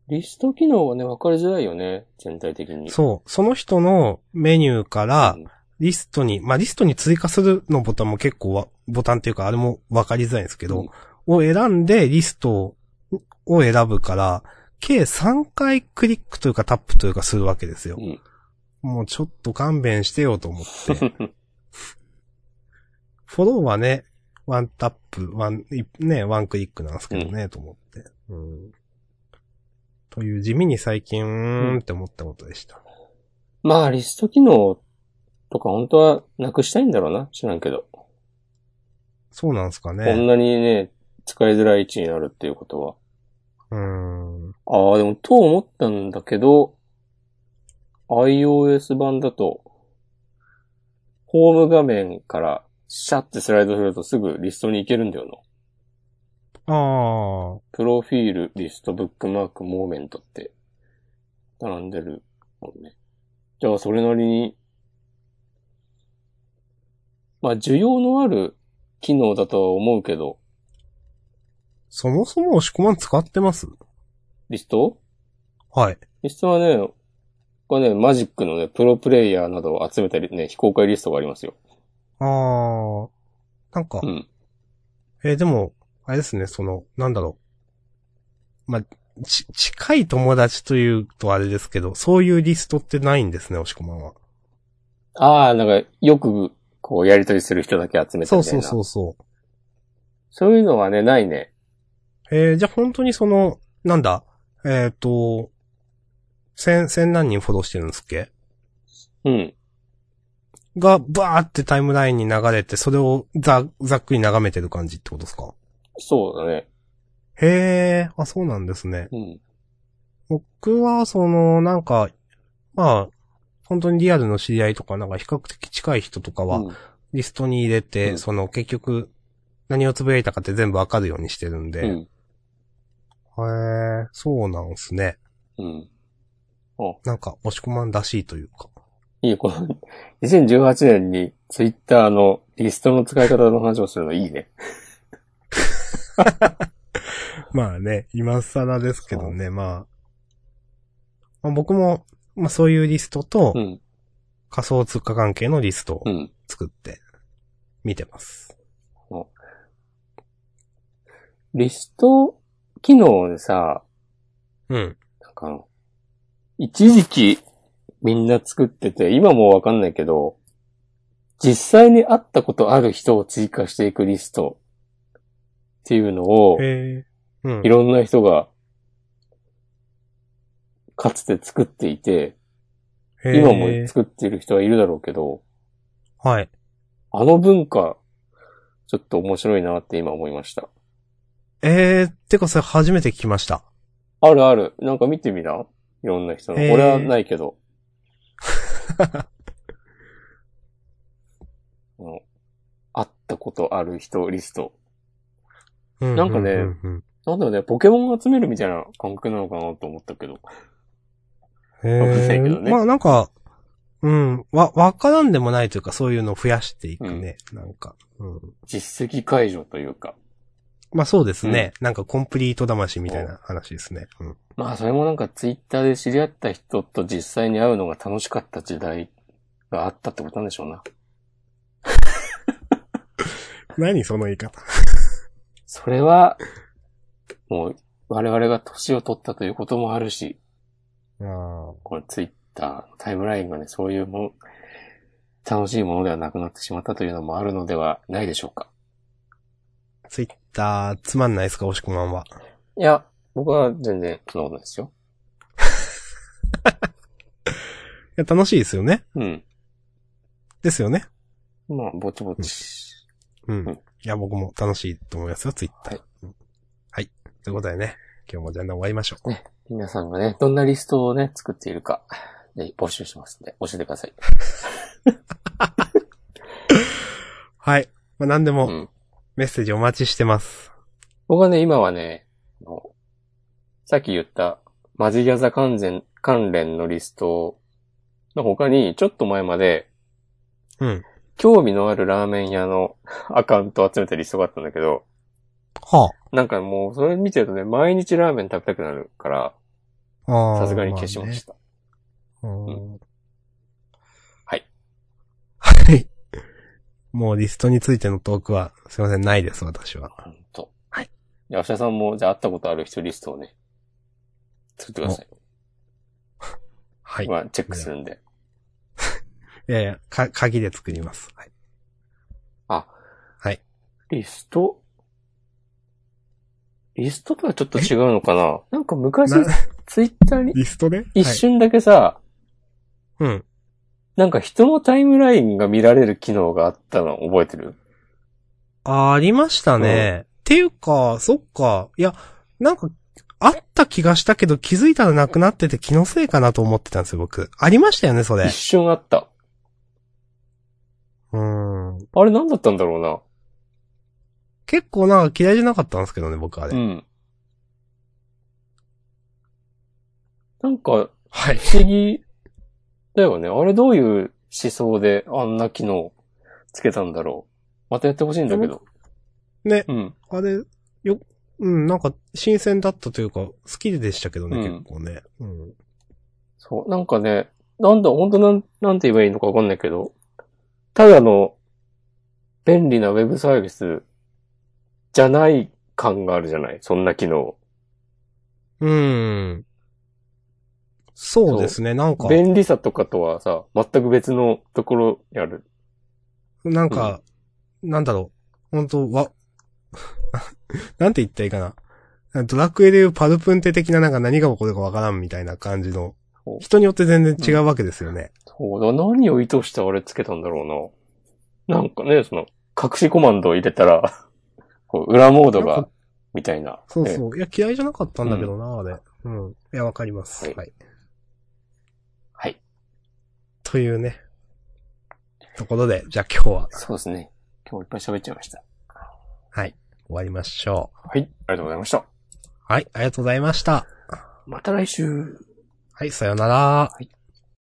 リスト機能はね、わかりづらいよね。全体的に。
そう。その人のメニューから、リストに、まあ、リストに追加するのボタンも結構わ、ボタンっていうかあれもわかりづらいんですけど、
うん
を選んでリストを選ぶから、計3回クリックというかタップというかするわけですよ。
うん
もうちょっと勘弁してよと思 って。フォローはね、ワンタップ、ワン、いね、ワンクリックなんですけどね、と思って。うん。という地味に最近、うーんって思ったことでした。
まあ、リスト機能とか本当はなくしたいんだろうな。知らんけど。
そうなんですか
こん
ね。
なにね、使いづらい位置になるっていうことは。
うーん。
ああ、でも、と思ったんだけど、iOS 版だと、ホーム画面からシャッてスライドするとすぐリストに行けるんだよ
あ
プロフィール、リスト、ブックマーク、モーメントって、並んでるもんね。じゃあ、それなりに、まあ、需要のある機能だとは思うけど、
そもそも押し込まん使ってます
リスト
はい。
リストはね、これね、マジックのね、プロプレイヤーなどを集めたりね、非公開リストがありますよ。
ああ。なんか
う、ん。
えーでも、あれですね、その、なんだろう。まあ、ち、近い友達というとあれですけど、そういうリストってないんですね、押し込まんは。
ああ、なんか、よく、こう、やりとりする人だけ集めた
そ
み
う
たい
そう
な。
そうそう。
そういうのはね、ないね。
えーじゃあ本当にその、なんだ、えっ、と、千、千何人フォローしてるんですっけ
うん。
が、バーってタイムラインに流れて、それをざ、ざっくり眺めてる感じってことですか
そうだね。
へえ、あ、そうなんですね。
うん。
僕は、その、なんか、まあ、本当にリアルの知り合いとか、なんか比較的近い人とかは、
うん
リストに入れて、
うん
その、結局、何をつぶやいたかって全部わかるようにしてるんで、
うん。
へえ、そうなんですね。
うん。
なんか、押し込まんらしいというか。
いい、この、2018年にツイッターのリストの使い方の話をするのいいね。
まあね、今更ですけどね、まあ。まあ、僕も、まあそういうリストと
う、ん。
仮想通貨関係のリストを
うん。
作って、見てます。
リスト機能でさ、
うん。
なんかあの、一時期みんな作ってて、今もうわかんないけど、実際に会ったことある人を追加していくリストっていうのを、
へえ。うん
い。ろんな人が、かつて作っていて、
へー
今も作っている人はいるだろうけど、
はい。
あの文化、ちょっと面白いなって今思いました。
えー、てかそれ初めて聞きま した。
あるある。なんか見てみないろんな人の。
へー
俺はないけど。あの会ったことある人リスト。
うん
なんかね
うんうん
なんだろうね、ポケモン集めるみたいな感覚なのかなと思ったけど。
うん
わかんない
へ
け
ー
どね
まあなんか、うん、わ、わからんでもないというか、そういうのを増やしていくね。なんか、うん。
実績解除というか。
まあそうですね。なんかコンプリート魂みたいな話ですね。うん。
まあそれもなんかツイッターで知り合った人と実際に会うのが楽しかった時代があったってことなんでしょうな。
何その言い方。
それは、もう我々が年を取ったということもあるし、
あ
このツイッター、タイムラインがね、そういうもの、楽しいものではなくなってしまったというのもあるのではないでしょうか。
あ。ツイッター、つまんないですか、押し込まんは。
いや、僕は全然そんなことないですよ。
いや、楽しいですよね。
うん。
ですよね。
まあ、ぼちぼち。
うん。
うん
いや、僕も楽しいと思いますよ、ツイッター。
は
はいい。はい。ということでね、今日もじゃあ終わりましょう。
皆さんがね、どんなリストをね、作っているか、ぜひ募集しますんで、教えてください。
はい。まあ何で
う
も
ん。
メッセージお待ちしてます。
僕はね、今はね、あのさっき言った、マジギャザ関連、関連のリストの他に、ちょっと前まで、
うん。
興味のあるラーメン屋の アカウントを集めたリストがあったんだけど、
は
なんかもう、それ見てるとね、毎日ラーメン食べたくなるから、
あ。ああ。
さすがに消しました。
た。
ね
うん
はい。
はい。もうリストについてのトークは、すいません、ないです、私は。
ほんと。
はい。
じゃあ、明日さんも、じゃあ会ったことある人リストをね、作ってください。
はい。
まあ、チェックするんで。
いやいや、か、鍵で作ります。はい。
あ。
はい。
リストリストとはちょっと違うのかな なんか昔、
な
ツイッターに
リストで
一瞬だけさ、
はいうん。
なんか人のタイムラインが見られる機能があったの覚えてる
ありましたね。っていうか、そっか。いや、なんか、あった気がしたけど気づいたらなくなってて気のせいかなと思ってたんですよ、僕。ありましたよね、それ
一。瞬あった。
うーん。
あれ何だったんだろうな
結構なんか嫌いじゃなかったんですけどね、僕あれ。
うん。なんか、
はい。
不思議だよね。あれどういう思想であんな機能つけたんだろう。またやってほしいんだけど。
ね、
うん。
あれ、よ、うん、なんか、新鮮だったというか、好きでしたけどね、
うん
結構ね。うん。
そう。なんかね、なんだ、本当なん、なんて言えばいいのかわかんないけど、ただの便利なウェブサービスじゃない感があるじゃないそんな機能。
うん。そうですね、なんか、
便利さとかとはさ、全く別のところにある。
なんか、なんだろう、本当わ、 なんて言ったらいいかな。ドラクエでいうパルプンテ的ななんか何が起こるかわからんみたいな感じの
そう、
人によって全然違うわけですよね。
そうだ、何を意図してあれつけたんだろうな。なんかね、その、隠しコマンドを入れたら、 こう裏モード
なん
が
か、
みたいな。
そう
ね
そう。いや、嫌いじゃなかったんだけどな、あれ。うん。いや、わかります。
は
はい
い。はい。
というね。ところで、じゃあ今日は
そうですね。今日いっぱい喋っちゃいました。
終わりましょう。
はい。ありがとうございました。
はい、ありがとうございました。
また来週。
はい、さようなら。